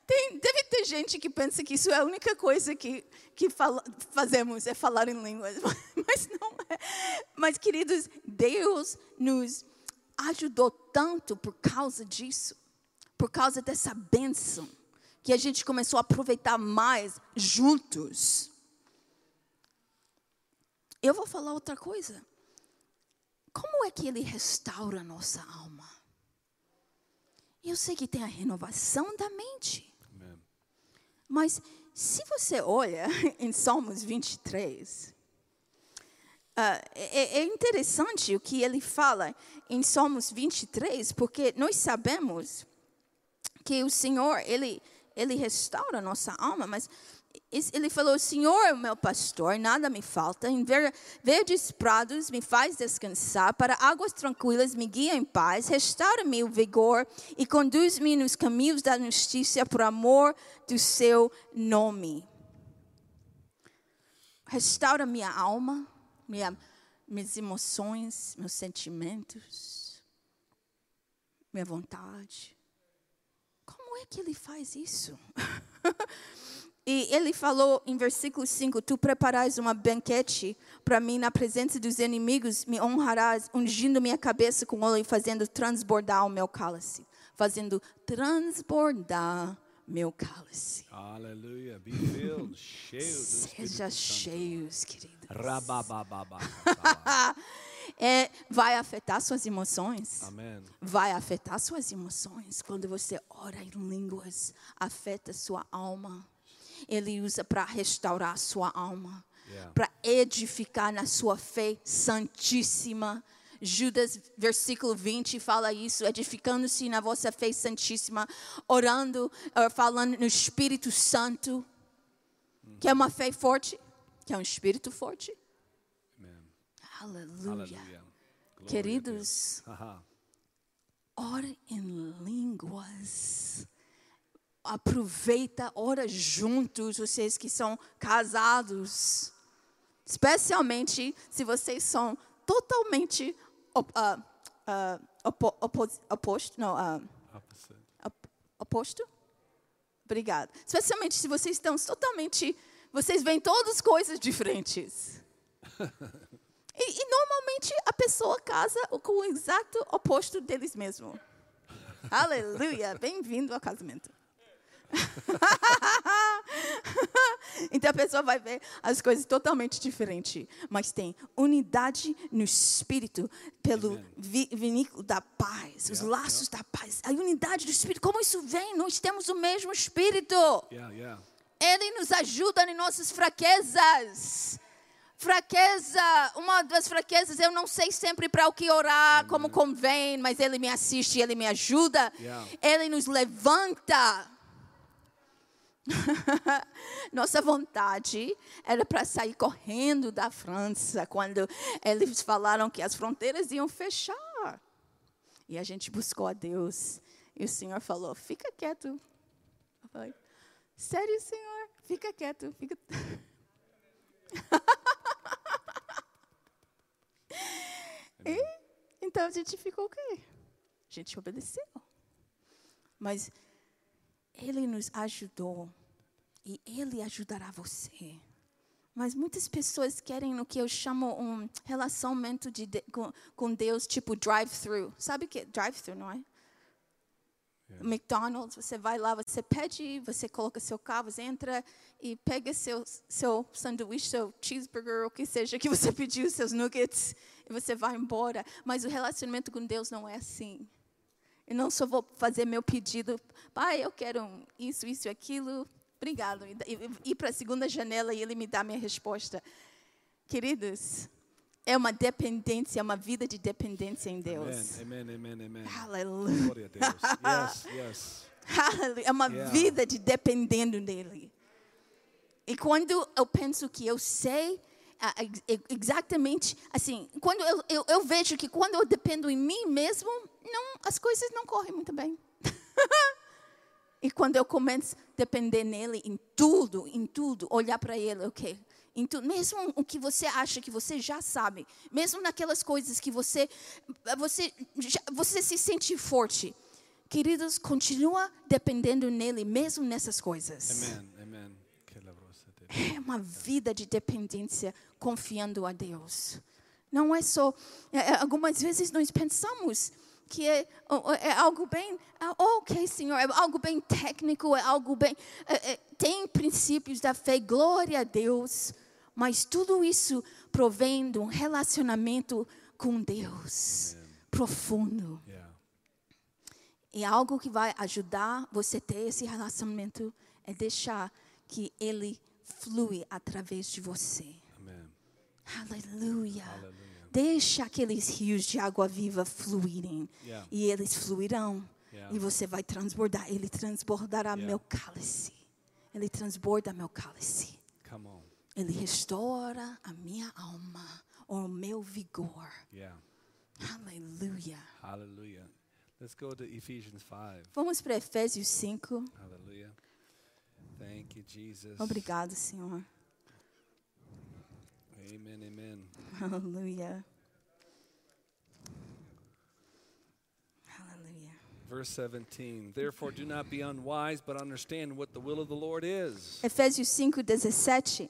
Speaker 2: tem- deve ter gente que pensa que isso é a única coisa que, que fala- fazemos, é falar em línguas. Mas não é. Mas, queridos, Deus nos ajudou tanto por causa disso, por causa dessa bênção, que a gente começou a aproveitar mais juntos. Eu vou falar outra coisa. Como é que ele restaura a nossa alma? Eu sei que tem a renovação da mente.
Speaker 1: Amen.
Speaker 2: Mas se você olha em Salmos 23, ah, é, é interessante o que ele fala em Salmos 23, porque nós sabemos que o Senhor, ele, ele restaura a nossa alma, mas es- ele falou, o Senhor é o meu pastor, nada me falta, em ver- verdes prados me faz descansar, para águas tranquilas me guia em paz, restaura-me o vigor e conduz-me nos caminhos da justiça por amor do seu nome. Restaura minha alma, minha, minhas emoções, meus sentimentos, minha vontade. Como é que ele faz isso? e ele falou em versículo 5: Tu preparais uma banquete para mim na presença dos inimigos, me honrarás, ungindo minha cabeça com óleo e fazendo transbordar o meu cálice. Fazendo transbordar meu cálice.
Speaker 1: Hallelujah. Be filled, shield.
Speaker 2: Seja cheios, queridos.
Speaker 1: Rabababa.
Speaker 2: É, vai afetar suas emoções.
Speaker 1: Amen.
Speaker 2: vai afetar suas emoções. Quando você ora em línguas, afeta sua alma. Ele usa para restaurar sua alma,
Speaker 1: Yeah.
Speaker 2: para edificar na sua fé santíssima. Judas, versículo 20, fala isso: edificando-se na vossa fé santíssima, orando, eh, falando no Espírito Santo. Que é uma fé forte, que é um espírito forte.
Speaker 1: Amen.
Speaker 2: Aleluia.
Speaker 1: Hallelujah. Glory to
Speaker 2: Queridos,
Speaker 1: God. Haha.
Speaker 2: Ora em línguas. Aproveita, ora juntos, vocês que são casados. Especialmente se vocês são totalmente op, ah, ah, opo- opo- oposto. Não, ah,
Speaker 1: Opposite.
Speaker 2: op- oposto? Obrigado. Especialmente se vocês estão totalmente. Vocês veem todas coisas diferentes. E, e normalmente a pessoa casa com o exato oposto deles mesmos. Aleluia! Bem-vindo ao casamento. então a pessoa vai ver as coisas totalmente diferentes, mas tem unidade no espírito pelo vi- vinículo da paz, os laços da paz, a unidade do espírito. Como isso vem? Nós temos o mesmo espírito.
Speaker 1: Yeah, yeah.
Speaker 2: Ele nos ajuda em nossas fraquezas. Fraqueza, uma das fraquezas, eu não sei sempre para o que orar, como convém, mas Ele me assiste, Ele me ajuda,
Speaker 1: Yeah.
Speaker 2: Ele nos levanta. Nossa vontade era para sair correndo da França quando eles falaram que as fronteiras iam fechar. E a gente buscou a Deus. E o Senhor falou: fica quieto. Eu falei: sério, Senhor? Fica quieto, fica. e, então a gente ficou o quê? A gente obedeceu. Mas ele nos ajudou e Ele ajudará você. Mas muitas pessoas querem o que eu chamo um relacionamento de de- com, com Deus, tipo drive-thru. Sabe o que é drive-thru, não é? McDonald's, você vai lá, você pede, você coloca seu carro, você entra e pega seu, seu sanduíche, seu cheeseburger, o que seja que você pediu, seus nuggets, e você vai embora. Mas o relacionamento com Deus não é assim. Eu não só vou fazer meu pedido, pai, eu quero um isso, isso, aquilo, obrigado. E, e ir para a segunda janela e ele me dá minha resposta. Queridos, é uma dependência, é uma vida de dependência em Deus.
Speaker 1: Amen, amen, amen.
Speaker 2: Aleluia.
Speaker 1: Glória a Deus. Yes, yes.
Speaker 2: Aleluia. É uma
Speaker 1: Yeah.
Speaker 2: vida de dependendo dele. E quando eu penso que eu sei ah, ex- ex- exatamente assim, quando eu, eu, eu vejo que quando eu dependo em mim mesmo, não, as coisas não correm muito bem. e quando eu começo a depender nele em tudo, em tudo, olhar para ele, ok? Em tudo, mesmo o que você acha que você já sabe, mesmo naquelas coisas que você você já- você se sente forte, queridos, continua dependendo nele mesmo nessas coisas.
Speaker 1: Amen, amen. Que labrosa te-
Speaker 2: É uma vida de dependência confiando a Deus. Não é só. é, é, Algumas vezes nós pensamos que é, ó, é algo bem. ah, Ok, Senhor, é algo bem técnico, é algo bem. é, é, tem princípios da fé, glória a Deus. Mas tudo isso provém de um relacionamento com Deus profundo.
Speaker 1: Yeah.
Speaker 2: E algo que vai ajudar você a ter esse relacionamento é deixar que ele flui através de você.
Speaker 1: Amen.
Speaker 2: Aleluia. Deixa aqueles rios de água viva fluírem.
Speaker 1: Yeah.
Speaker 2: E eles fluirão.
Speaker 1: Yeah.
Speaker 2: E você vai transbordar. Ele transbordará
Speaker 1: Yeah.
Speaker 2: meu cálice. Ele transborda meu cálice.
Speaker 1: Come on.
Speaker 2: Ele restaura a minha alma, o meu vigor.
Speaker 1: Yeah.
Speaker 2: Aleluia.
Speaker 1: Hallelujah. Let's go to Ephesians 5.
Speaker 2: Vamos para Efésios 5.
Speaker 1: Hallelujah. Thank you, Jesus.
Speaker 2: Obrigado, Senhor.
Speaker 1: Amen, amen.
Speaker 2: Aleluia. Aleluia.
Speaker 1: Verse 17. Therefore, do not be unwise, but understand what the will of the Lord is.
Speaker 2: Efésios 5, 17.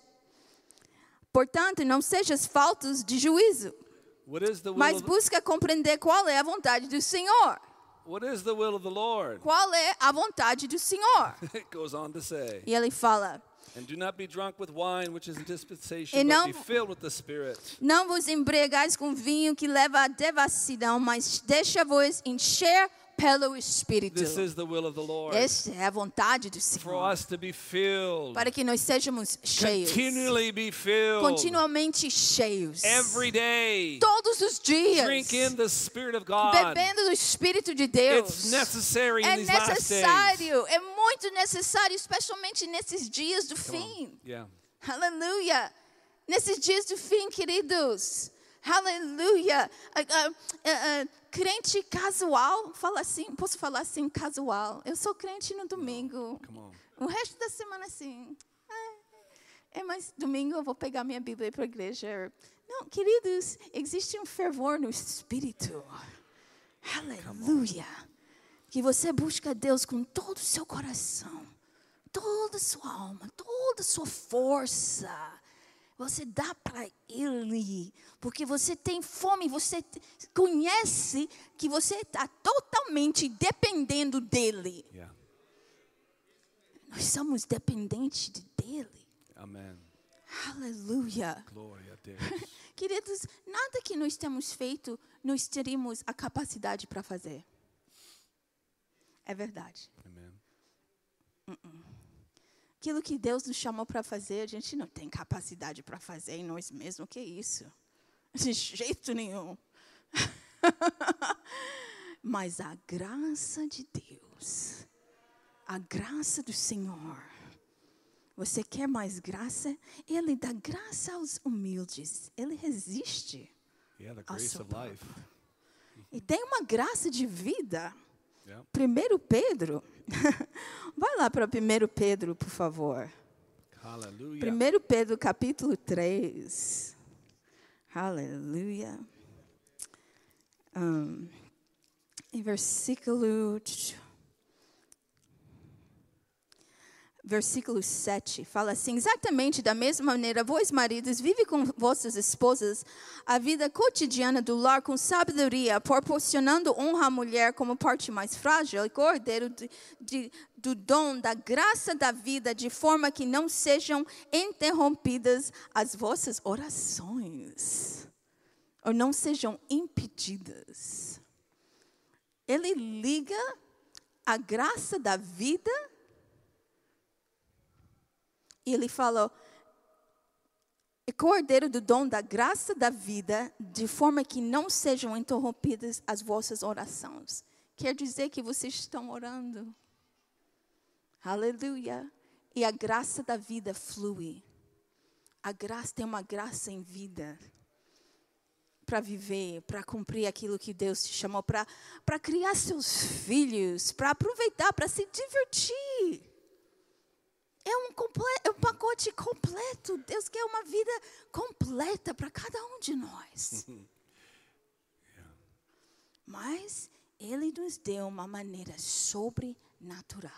Speaker 2: Portanto, não sejas faltos de juízo,
Speaker 1: What is the will?
Speaker 2: mas
Speaker 1: Of,
Speaker 2: busca compreender qual é a vontade do Senhor.
Speaker 1: what is the will of the Lord?
Speaker 2: Qual é a vontade do Senhor?
Speaker 1: It goes on to say,
Speaker 2: E ele fala:
Speaker 1: and do not be drunk with wine, which is a dispensation,
Speaker 2: E
Speaker 1: but
Speaker 2: não-
Speaker 1: be filled with the Spirit.
Speaker 2: Não vos embriagais com vinho que leva à devassidão, mas deixa-vos encher pelo Espírito.
Speaker 1: This is the will of the Lord.
Speaker 2: Esta é a vontade do
Speaker 1: For
Speaker 2: Senhor,
Speaker 1: us to be filled.
Speaker 2: para que nós sejamos cheios.
Speaker 1: Continually be filled.
Speaker 2: continuamente cheios.
Speaker 1: Every day.
Speaker 2: todos os dias.
Speaker 1: Drink in the Spirit of God.
Speaker 2: Bebendo do Espírito de Deus.
Speaker 1: It's necessary
Speaker 2: é
Speaker 1: in these last days.
Speaker 2: necessário, é muito necessário, especialmente nesses dias do
Speaker 1: Come on.
Speaker 2: fim.
Speaker 1: Yeah.
Speaker 2: Aleluia! Nesses dias do fim, queridos. Aleluia! Ah, ah, ah, ah, crente casual, fala assim, posso falar assim, casual. Eu sou crente no domingo.
Speaker 1: Come on.
Speaker 2: O resto da semana, assim. "Ah, É, mas domingo eu vou pegar minha Bíblia e ir para a igreja. Não, queridos, existe um fervor no espírito. Aleluia. Que você busca Deus com todo o seu coração, toda a sua alma, toda a sua força. Você dá para Ele, porque você tem fome, você te- conhece que você está totalmente dependendo dEle.
Speaker 1: Yeah.
Speaker 2: Nós somos dependentes de- dele.
Speaker 1: Amen.
Speaker 2: Aleluia.
Speaker 1: Gloria a Deus.
Speaker 2: Queridos, nada que nós temos feito, nós teríamos a capacidade para fazer. É verdade.
Speaker 1: Amen.
Speaker 2: Aquilo que Deus nos chamou para fazer, a gente não tem capacidade para fazer em nós mesmos. Que isso? De jeito nenhum. Mas a graça de Deus, a graça do Senhor, Você quer mais graça? Ele dá graça aos humildes. Ele resiste.
Speaker 1: Yeah, the
Speaker 2: I'll
Speaker 1: grace of
Speaker 2: support.
Speaker 1: life.
Speaker 2: E tem uma graça de vida.
Speaker 1: Yeah.
Speaker 2: Primeiro Pedro. Vai lá para 1 Pedro, por favor.
Speaker 1: Hallelujah.
Speaker 2: 1 Pedro, capítulo 3. Aleluia. Ahn, em versículo. Versículo 7 fala assim: Exatamente da mesma maneira, vós maridos, vive com vossas esposas a vida cotidiana do lar com sabedoria, proporcionando honra à mulher como parte mais frágil e cordeiro de- de- do dom da graça da vida, de forma que não sejam interrompidas as vossas orações, ou não sejam impedidas. Ele liga a graça da vida e ele falou: é cordeiro do dom da graça da vida, de forma que não sejam interrompidas as vossas orações. Quer dizer que vocês estão orando. Aleluia. E a graça da vida flui. A graça tem uma graça em vida para viver, para cumprir aquilo que Deus te chamou, para para criar seus filhos, para aproveitar, para se divertir. É um, comple- é um pacote completo. Deus quer uma vida completa para cada um de nós. Mas Ele nos deu uma maneira sobrenatural.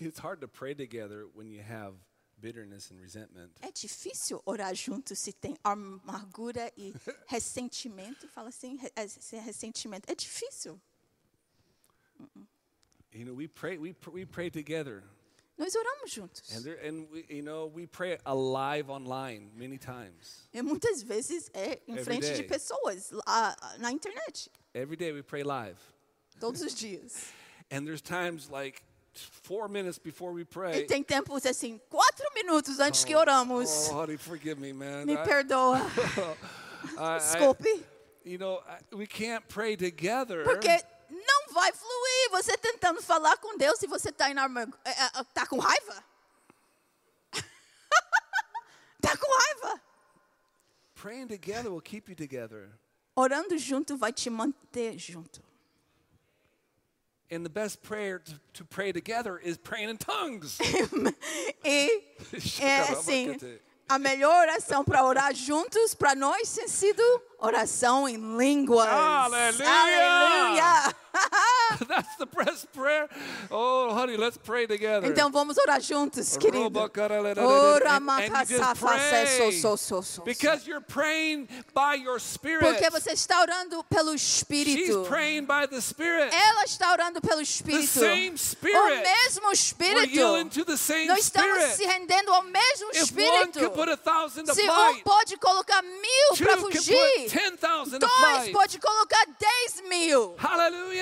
Speaker 1: It's hard to pray together when you have bitterness and resentment.
Speaker 2: É difícil orar junto se tem amargura e ressentimento. Fala assim, re- é, se é ressentimento. É difícil.
Speaker 1: You know, we pray, we, pr- we pray together.
Speaker 2: Nós oramos juntos.
Speaker 1: And, there, and we, you know, we pray alive online many times.
Speaker 2: E muitas vezes é em
Speaker 1: É Every
Speaker 2: frente de
Speaker 1: day.
Speaker 2: pessoas, lá, na internet,
Speaker 1: Every day we pray live.
Speaker 2: todos os dias.
Speaker 1: And there's times like four minutes before we
Speaker 2: E
Speaker 1: pray.
Speaker 2: tem tempos assim, quatro minutos antes que oramos.
Speaker 1: Oh, honey, forgive me, man.
Speaker 2: Me
Speaker 1: I-
Speaker 2: perdoa,
Speaker 1: I- I-
Speaker 2: desculpe.
Speaker 1: you know, I, we can't pray together.
Speaker 2: Porque não vai fluir. Você tentando falar com Deus e você está tá com raiva. tá com raiva.
Speaker 1: Praying together will keep you together.
Speaker 2: Orando junto vai te manter junto.
Speaker 1: And the best prayer to, to pray together is praying in tongues.
Speaker 2: E é assim, a melhor oração para orar juntos para nós tem sido oração em línguas.
Speaker 1: Aleluia!
Speaker 2: Aleluia!
Speaker 1: That's the best prayer. Oh, honey, let's pray together.
Speaker 2: Então vamos orar juntos, querido. Oh,
Speaker 1: Robocaralera-
Speaker 2: Ora
Speaker 1: And- and you just
Speaker 2: macaçafacesso,
Speaker 1: pray.
Speaker 2: so, so, so.
Speaker 1: Because you're praying by your spirit.
Speaker 2: Porque você está orando pelo
Speaker 1: She's
Speaker 2: Espírito.
Speaker 1: praying by the spirit.
Speaker 2: Ela está orando pelo Espírito.
Speaker 1: same Spirit.
Speaker 2: O mesmo
Speaker 1: We're yielding
Speaker 2: Espírito.
Speaker 1: to the same
Speaker 2: Nós estamos
Speaker 1: spirit.
Speaker 2: se rendendo ao mesmo
Speaker 1: if one
Speaker 2: Espírito.
Speaker 1: could put a thousand to
Speaker 2: Se um
Speaker 1: flight,
Speaker 2: pode colocar mil
Speaker 1: two
Speaker 2: para
Speaker 1: can put
Speaker 2: fugir,
Speaker 1: ten thousand to
Speaker 2: dois
Speaker 1: flight.
Speaker 2: pode colocar dez mil.
Speaker 1: Hallelujah.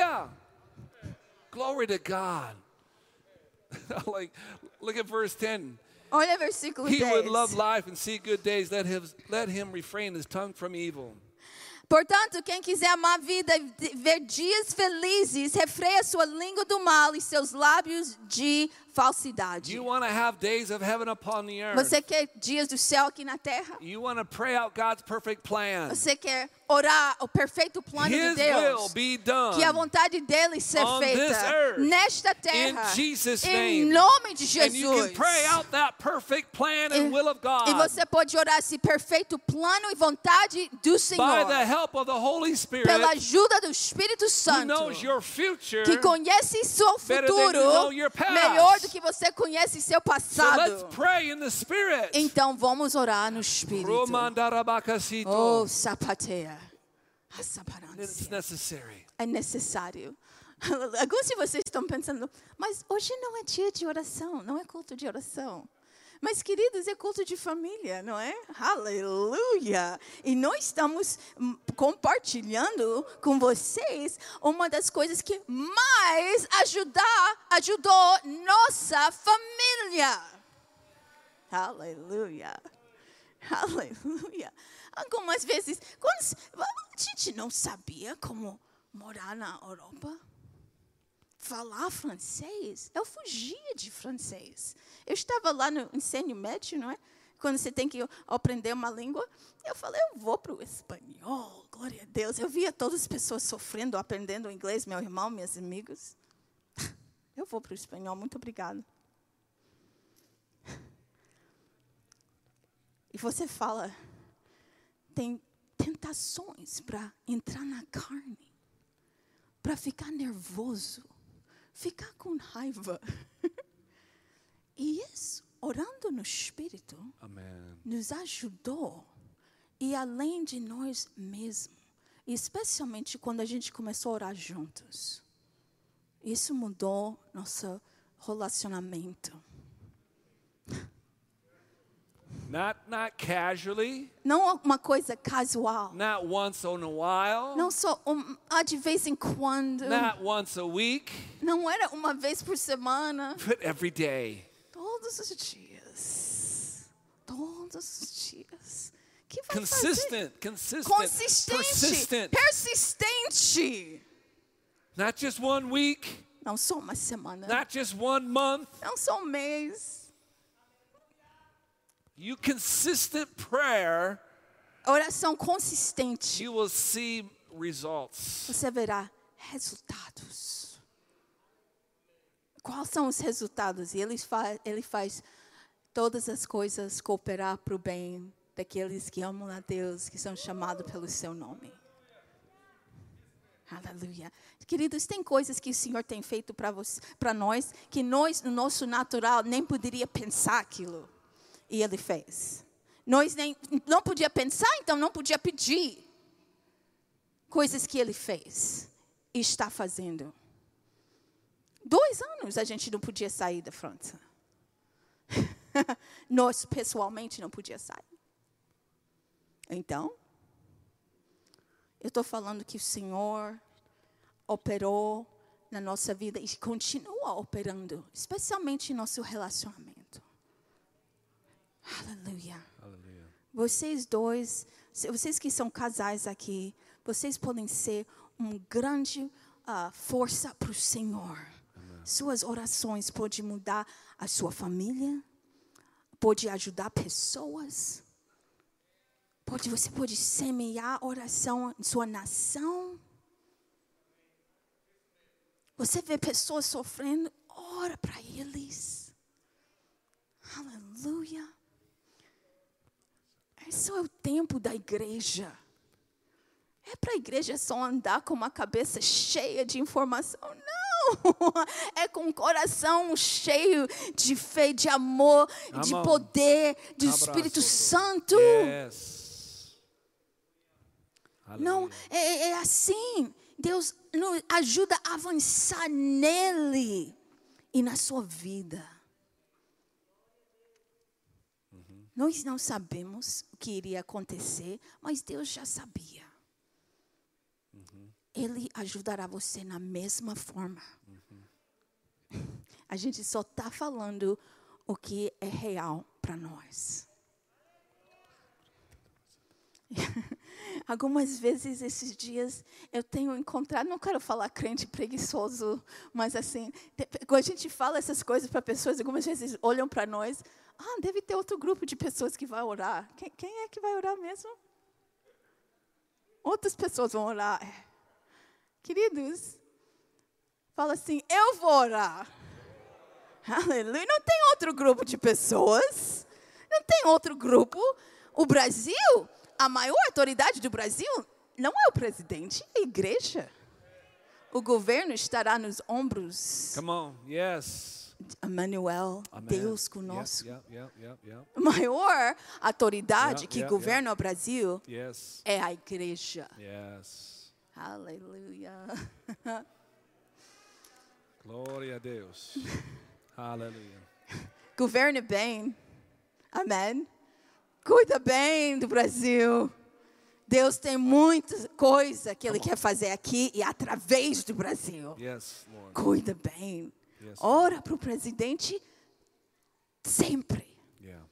Speaker 1: Glory to God. like, look at verse 10.
Speaker 2: Olha versículo
Speaker 1: He would love
Speaker 2: 10.
Speaker 1: life and see good days. Let him, let him refrain his tongue from evil.
Speaker 2: Portanto, quem quiser amar a vida e de- ver dias felizes, refreia sua língua do mal e seus lábios de falsidade.
Speaker 1: You want to have days of heaven upon the earth.
Speaker 2: Você quer dias do céu aqui na terra?
Speaker 1: You want to pray out God's perfect plan.
Speaker 2: Você quer orar o perfeito plano de
Speaker 1: His will
Speaker 2: Deus?
Speaker 1: be done.
Speaker 2: Que a vontade dele seja
Speaker 1: on this
Speaker 2: feita
Speaker 1: earth.
Speaker 2: nesta terra.
Speaker 1: In Jesus'
Speaker 2: Em
Speaker 1: name.
Speaker 2: nome de
Speaker 1: and you can
Speaker 2: Jesus.
Speaker 1: pray out that perfect plan and will of God
Speaker 2: E você pode orar esse perfeito plano e vontade do
Speaker 1: by
Speaker 2: Senhor.
Speaker 1: the help of the Holy Spirit
Speaker 2: Pela ajuda do Espírito
Speaker 1: who
Speaker 2: Santo.
Speaker 1: knows your future.
Speaker 2: que conhece seu
Speaker 1: Uhum. Better than you
Speaker 2: futuro
Speaker 1: know your past.
Speaker 2: melhor do que você conhece seu
Speaker 1: so
Speaker 2: passado.
Speaker 1: let's pray in the Spirit.
Speaker 2: Então vamos orar no Espírito.
Speaker 1: Romandarabakasito.
Speaker 2: Oh, sapateia. A
Speaker 1: It's
Speaker 2: saparância.
Speaker 1: necessary.
Speaker 2: É necessário. Alguns de vocês estão pensando, mas hoje não é dia de oração, não é culto de oração. Mas, queridos, é culto de família, não é? Aleluia! E nós estamos hum, compartilhando com vocês uma das coisas que mais ajudar, ajudou nossa família. Aleluia! Aleluia. Algumas vezes, quando, se- a gente não sabia como morar na Europa. falar francês, eu fugia de francês. Eu estava lá no ensino médio, não é? Quando você tem que aprender uma língua, eu falei, eu vou para o espanhol, glória a Deus. Eu via todas as pessoas sofrendo, aprendendo inglês, meu irmão, meus amigos. Eu vou para o espanhol, muito obrigado. E você fala, tem tentações para entrar na carne, para ficar nervoso, ficar com raiva. E isso, orando no Espírito,
Speaker 1: Amen.
Speaker 2: nos ajudou e além de nós mesmos, especialmente quando a gente começou a orar juntos. Isso mudou nosso relacionamento.
Speaker 1: Not not casually,
Speaker 2: Não é uma coisa casual.
Speaker 1: not once in a while,
Speaker 2: Não só um, ah, de vez em quando.
Speaker 1: not once a week,
Speaker 2: Não era uma vez por semana.
Speaker 1: but every day.
Speaker 2: Todos os dias. Todos os dias. Que vai fazer?
Speaker 1: Consistent, consistent,
Speaker 2: Consistente.
Speaker 1: persistent.
Speaker 2: Persistente.
Speaker 1: Not just one week,
Speaker 2: Não só uma semana.
Speaker 1: not just one month.
Speaker 2: Não só um mês.
Speaker 1: You consistent prayer,
Speaker 2: Oração consistente.
Speaker 1: you will see results.
Speaker 2: Você verá resultados. Quais são os resultados? E ele faz, ele faz todas as coisas cooperar para o bem daqueles que amam a Deus, que são chamados pelo seu nome. Aleluia. Queridos, tem coisas que o Senhor tem feito para voc- para nós que nós, no nosso natural, nem poderia pensar aquilo. E Ele fez. Nós nem, não podia pensar, então não podia pedir coisas que ele fez e está fazendo. Dois anos a gente não podia sair da França. Nós, pessoalmente, não podia sair. Então, eu estou falando que o Senhor operou na nossa vida e continua operando, especialmente em nosso relacionamento. Aleluia. Vocês dois, se- vocês que são casais aqui, vocês podem ser uma grande ah, força para o Senhor. Suas orações podem mudar a sua família, pode ajudar pessoas, pode, você pode semear oração em sua nação. Você vê pessoas sofrendo, ora para eles. Aleluia. Esse é o tempo da igreja. É para a igreja só andar com uma cabeça cheia de informação? Não! É com um coração cheio de fé, de amor, de
Speaker 1: Amém.
Speaker 2: poder,
Speaker 1: Abraço,
Speaker 2: do
Speaker 1: É.
Speaker 2: Espírito
Speaker 1: doutor.
Speaker 2: Santo.
Speaker 1: Yes.
Speaker 2: Não, é, é assim. Deus nos ajuda a avançar nele e na sua vida. Nós não sabemos o que iria acontecer, mas Deus já sabia. Ele ajudará você na mesma forma. A gente só está falando o que é real para nós. Algumas vezes esses dias eu tenho encontrado, não quero falar crente preguiçoso, mas assim, te- quando a gente fala essas coisas para pessoas, algumas vezes olham para nós, ah, deve ter outro grupo de pessoas que vai orar. Quem, quem é que vai orar mesmo? Outras pessoas vão orar. É. Queridos, fala assim, eu vou orar. Aleluia. Não tem outro grupo de pessoas. Não tem outro grupo. O Brasil, a maior autoridade do Brasil, não é o presidente, é a igreja. O governo estará nos ombros.
Speaker 1: Come on. Yes.
Speaker 2: Emmanuel,
Speaker 1: Amen.
Speaker 2: Deus
Speaker 1: Yep,
Speaker 2: conosco.
Speaker 1: Yep, yep, yep, yep.
Speaker 2: A maior autoridade
Speaker 1: Yeah,
Speaker 2: que
Speaker 1: yeah,
Speaker 2: governa o Brasil
Speaker 1: Yes.
Speaker 2: é a igreja.
Speaker 1: Yes.
Speaker 2: Aleluia.
Speaker 1: Glória a Deus. Hallelujah.
Speaker 2: Governe bem. Amém. Cuida bem do Brasil. Deus tem muita coisa que Ele quer fazer aqui e através do Brasil.
Speaker 1: Yes, Lord.
Speaker 2: Cuida bem.
Speaker 1: Yes.
Speaker 2: Ora para o presidente sempre.
Speaker 1: Yeah.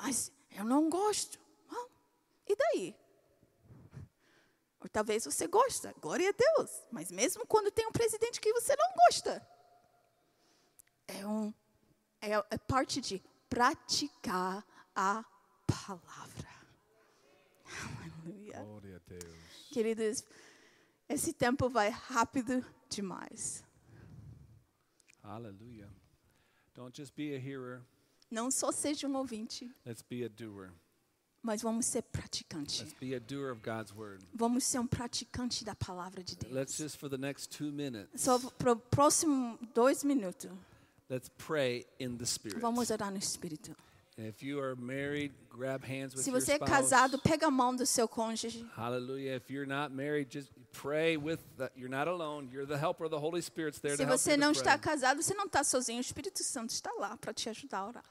Speaker 2: Mas eu não gosto. Ah, E daí? Ou talvez você gosta, glória a Deus. Mas mesmo quando tem um presidente que você não gosta, é, um, é, é parte de praticar a palavra. Aleluia.
Speaker 3: Glória a Deus.
Speaker 2: Queridos, esse tempo vai rápido demais.
Speaker 1: Hallelujah. Don't just be a hearer,
Speaker 2: Não só seja um ouvinte,
Speaker 1: let's be a doer.
Speaker 2: mas vamos ser praticante.
Speaker 1: Let's be a doer of God's word.
Speaker 2: Vamos ser um praticante da palavra de Deus.
Speaker 1: Let's just, for the next two minutes,
Speaker 2: Só para o próximo dois minutos,
Speaker 1: let's pray in the Spirit.
Speaker 2: vamos orar no Espírito.
Speaker 1: And if you are married, grab hands with
Speaker 2: Se
Speaker 1: your
Speaker 2: você é
Speaker 1: spouse.
Speaker 2: casado, pega a mão do seu cônjuge.
Speaker 1: Hallelujah. If you're not married, just pray with the, you're not alone. You're the helper. The Holy Spirit's there to
Speaker 2: Se
Speaker 1: help you
Speaker 2: você
Speaker 1: to
Speaker 2: não
Speaker 1: pray.
Speaker 2: está casado, você não está sozinho. O Espírito Santo está lá para te ajudar a orar.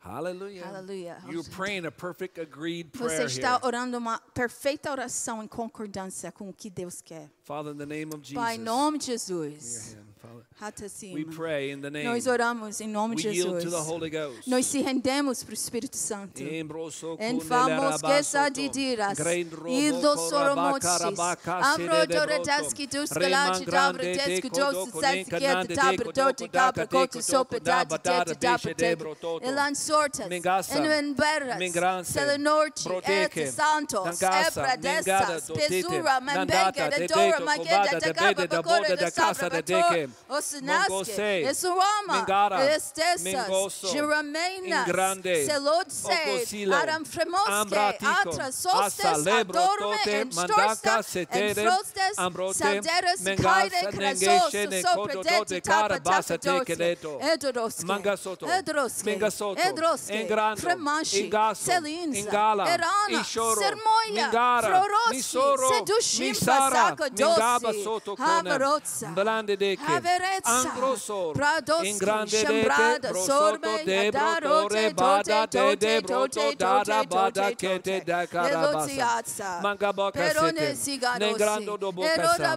Speaker 1: Hallelujah.
Speaker 2: Hallelujah.
Speaker 1: You're praying a perfect agreed
Speaker 2: Você
Speaker 1: prayer
Speaker 2: está
Speaker 1: here.
Speaker 2: orando uma perfeita oração em concordância com o que Deus quer.
Speaker 1: Father, in the name of Jesus.
Speaker 2: Pai, em nome de
Speaker 1: Your
Speaker 2: Jesus.
Speaker 1: hand, Father.
Speaker 2: Rata
Speaker 1: We
Speaker 2: acima.
Speaker 1: pray in the name.
Speaker 2: Nós oramos em nome
Speaker 1: we
Speaker 2: de
Speaker 1: yield to the
Speaker 2: Jesus.
Speaker 1: Holy Ghost.
Speaker 2: Nós se rendemos para o Espírito Santo.
Speaker 1: Embroso
Speaker 2: En
Speaker 1: kunele
Speaker 2: famos que
Speaker 1: rabasoto.
Speaker 2: sadidiras,
Speaker 1: Grein robo
Speaker 2: idos
Speaker 1: korabaka
Speaker 2: soromotis,
Speaker 1: rabaka
Speaker 2: avro
Speaker 1: sede
Speaker 2: doradeski
Speaker 1: broto.
Speaker 2: dus galati dabra
Speaker 1: Remangrande
Speaker 2: desku
Speaker 1: deko
Speaker 2: dosi
Speaker 1: doko
Speaker 2: sas
Speaker 1: nenka
Speaker 2: get
Speaker 1: nande
Speaker 2: dabra
Speaker 1: deko
Speaker 2: doti
Speaker 1: doko
Speaker 2: dabra
Speaker 1: daka
Speaker 2: goti
Speaker 1: deko
Speaker 2: sope
Speaker 1: doko
Speaker 2: dati
Speaker 1: daba dada beshe
Speaker 2: tete dabra
Speaker 1: debro
Speaker 2: tete
Speaker 1: toto.
Speaker 2: elan sortas,
Speaker 1: Mengasa,
Speaker 2: enuen beras,
Speaker 1: Mingrance,
Speaker 2: selenorti,
Speaker 1: Proteke,
Speaker 2: et santos,
Speaker 1: Dangasa,
Speaker 2: ebra
Speaker 1: Mengada,
Speaker 2: desas,
Speaker 1: Dotete, Nandata,
Speaker 2: pesura, membenga,
Speaker 1: de
Speaker 2: dedora,
Speaker 1: Deto,
Speaker 2: magenda,
Speaker 1: Covada, de
Speaker 2: dagaba,
Speaker 1: Bede, da
Speaker 2: bakora,
Speaker 1: Boda,
Speaker 2: de
Speaker 1: da
Speaker 2: sabra,
Speaker 1: Casa, da
Speaker 2: bator,
Speaker 1: Deke,
Speaker 2: osinaske,
Speaker 1: Mongose,
Speaker 2: esuama,
Speaker 1: Mengara,
Speaker 2: estessas,
Speaker 1: Mengoso,
Speaker 2: girameinas,
Speaker 1: Ingrande,
Speaker 2: selotse,
Speaker 1: Ocosilo,
Speaker 2: aram fremoske,
Speaker 1: Ambratico,
Speaker 2: atra sostes,
Speaker 1: Asa, Lebro,
Speaker 2: adorme,
Speaker 1: Tote,
Speaker 2: en
Speaker 1: Mandaca,
Speaker 2: storsta, en
Speaker 1: Setere,
Speaker 2: frostes,
Speaker 1: Ambrote,
Speaker 2: salderes,
Speaker 1: Mengasa,
Speaker 2: caire,
Speaker 1: Nengeshe,
Speaker 2: cresos,
Speaker 1: Nekoto,
Speaker 2: sopredeti,
Speaker 1: Dote, Cara,
Speaker 2: tapa,
Speaker 1: Basa,
Speaker 2: tapa, doce,
Speaker 1: Tekeneto,
Speaker 2: edoroske,
Speaker 1: Mangasoto,
Speaker 2: edroske,
Speaker 1: Mengasoto,
Speaker 2: edroske,
Speaker 1: Engrando,
Speaker 2: fremanche,
Speaker 1: Ingasso,
Speaker 2: selinza,
Speaker 1: Ingala,
Speaker 2: erana,
Speaker 1: Ishoro,
Speaker 2: sermoia,
Speaker 1: Mingara,
Speaker 2: froroski,
Speaker 1: Misoro,
Speaker 2: sedushimba,
Speaker 1: Misara,
Speaker 2: saco
Speaker 1: Mingaba,
Speaker 2: doce,
Speaker 1: Soto, Kone,
Speaker 2: habarotsa,
Speaker 1: Blande Deke,
Speaker 2: Haverezza,
Speaker 1: Angrosor,
Speaker 2: Pradoski,
Speaker 1: Ingrande Deke,
Speaker 2: Chambrada,
Speaker 1: Brosoto,
Speaker 2: Sorbe,
Speaker 1: Debro,
Speaker 2: Adaro,
Speaker 1: Tore,
Speaker 2: Te,
Speaker 1: Bada,
Speaker 2: Tote,
Speaker 1: Dede,
Speaker 2: Tote,
Speaker 1: Broto,
Speaker 2: Tote,
Speaker 1: Dada,
Speaker 2: Tote,
Speaker 1: Bada,
Speaker 2: Tote,
Speaker 1: Kete,
Speaker 2: Tote.
Speaker 1: Dakarabasa,
Speaker 2: Elotiazza,
Speaker 1: Mangaba,
Speaker 2: Perone
Speaker 1: Kasete,
Speaker 2: Siganosi,
Speaker 1: Nengrando do
Speaker 2: Eroda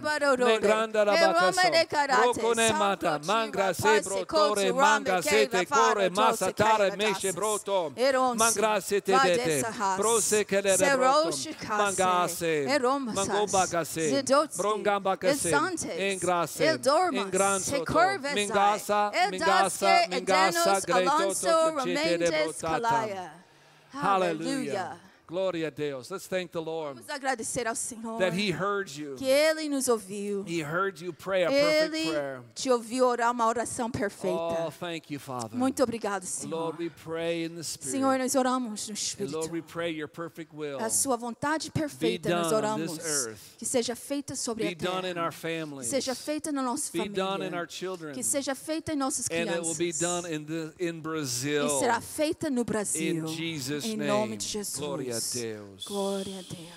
Speaker 1: Bocasa,
Speaker 2: Barorore,
Speaker 1: Nengranda
Speaker 2: Erome
Speaker 1: Rabacasa,
Speaker 2: de Karate,
Speaker 1: Rocone Mata,
Speaker 2: Sanfro,
Speaker 1: Mangra,
Speaker 2: Chiva,
Speaker 1: Sebro, Tore, Manga, Sete,
Speaker 2: Passe, Cotu, Rame, Keiva, Faro,
Speaker 1: Core, Massa,
Speaker 2: Doce,
Speaker 1: Tare,
Speaker 2: Keiva,
Speaker 1: Meshe,
Speaker 2: Dasses.
Speaker 1: Broto,
Speaker 2: Eronsi,
Speaker 1: Mangra, Sete, Dete,
Speaker 2: Vadesahas,
Speaker 1: Prose, Kele,
Speaker 2: Seroshi,
Speaker 1: Broto,
Speaker 2: Kase,
Speaker 1: Mangase,
Speaker 2: Eromasas,
Speaker 1: Mangobacase,
Speaker 2: Zedotsi,
Speaker 1: Brongambacase,
Speaker 2: Exantes,
Speaker 1: Engrace,
Speaker 2: Eldormas,
Speaker 1: Engransoto,
Speaker 2: Securvesai,
Speaker 1: Mingasa, Mingasa,
Speaker 2: Eldasque,
Speaker 1: Mingasa,
Speaker 2: Edenos, Alonso,
Speaker 1: Gretoto, Cete,
Speaker 2: Ramendes,
Speaker 1: Brotata.
Speaker 2: Calaya.
Speaker 1: Hallelujah.
Speaker 2: Aleluia.
Speaker 1: Glory a Deus. Let's thank the Lord
Speaker 2: Vamos agradecer ao Senhor
Speaker 1: that He heard you.
Speaker 2: que Ele nos ouviu.
Speaker 1: He heard you pray a perfect
Speaker 2: Ele
Speaker 1: prayer.
Speaker 2: te ouviu orar uma oração
Speaker 1: Oh,
Speaker 2: perfeita.
Speaker 1: thank you, Father.
Speaker 2: uh, Muito obrigado, Senhor.
Speaker 1: Lord, we pray in the
Speaker 2: Senhor,
Speaker 1: Spirit.
Speaker 2: nós oramos no
Speaker 1: And Lord, we
Speaker 2: Espírito.
Speaker 1: pray your perfect will
Speaker 2: A sua vontade perfeita
Speaker 1: Be
Speaker 2: nós
Speaker 1: done on
Speaker 2: oramos.
Speaker 1: this earth.
Speaker 2: Que seja feita sobre
Speaker 1: be
Speaker 2: a terra.
Speaker 1: done in our
Speaker 2: que
Speaker 1: families,
Speaker 2: seja feita na nossa
Speaker 1: be done in our
Speaker 2: família.
Speaker 1: children,
Speaker 2: Que seja feita em nossas
Speaker 1: and it will
Speaker 2: crianças.
Speaker 1: be done in, the, in
Speaker 2: e
Speaker 1: Brazil.
Speaker 2: será feita no Brasil.
Speaker 1: In Jesus'
Speaker 2: em
Speaker 1: name.
Speaker 2: nome de Jesus.
Speaker 1: Glória a Deus.
Speaker 2: Glória a Deus.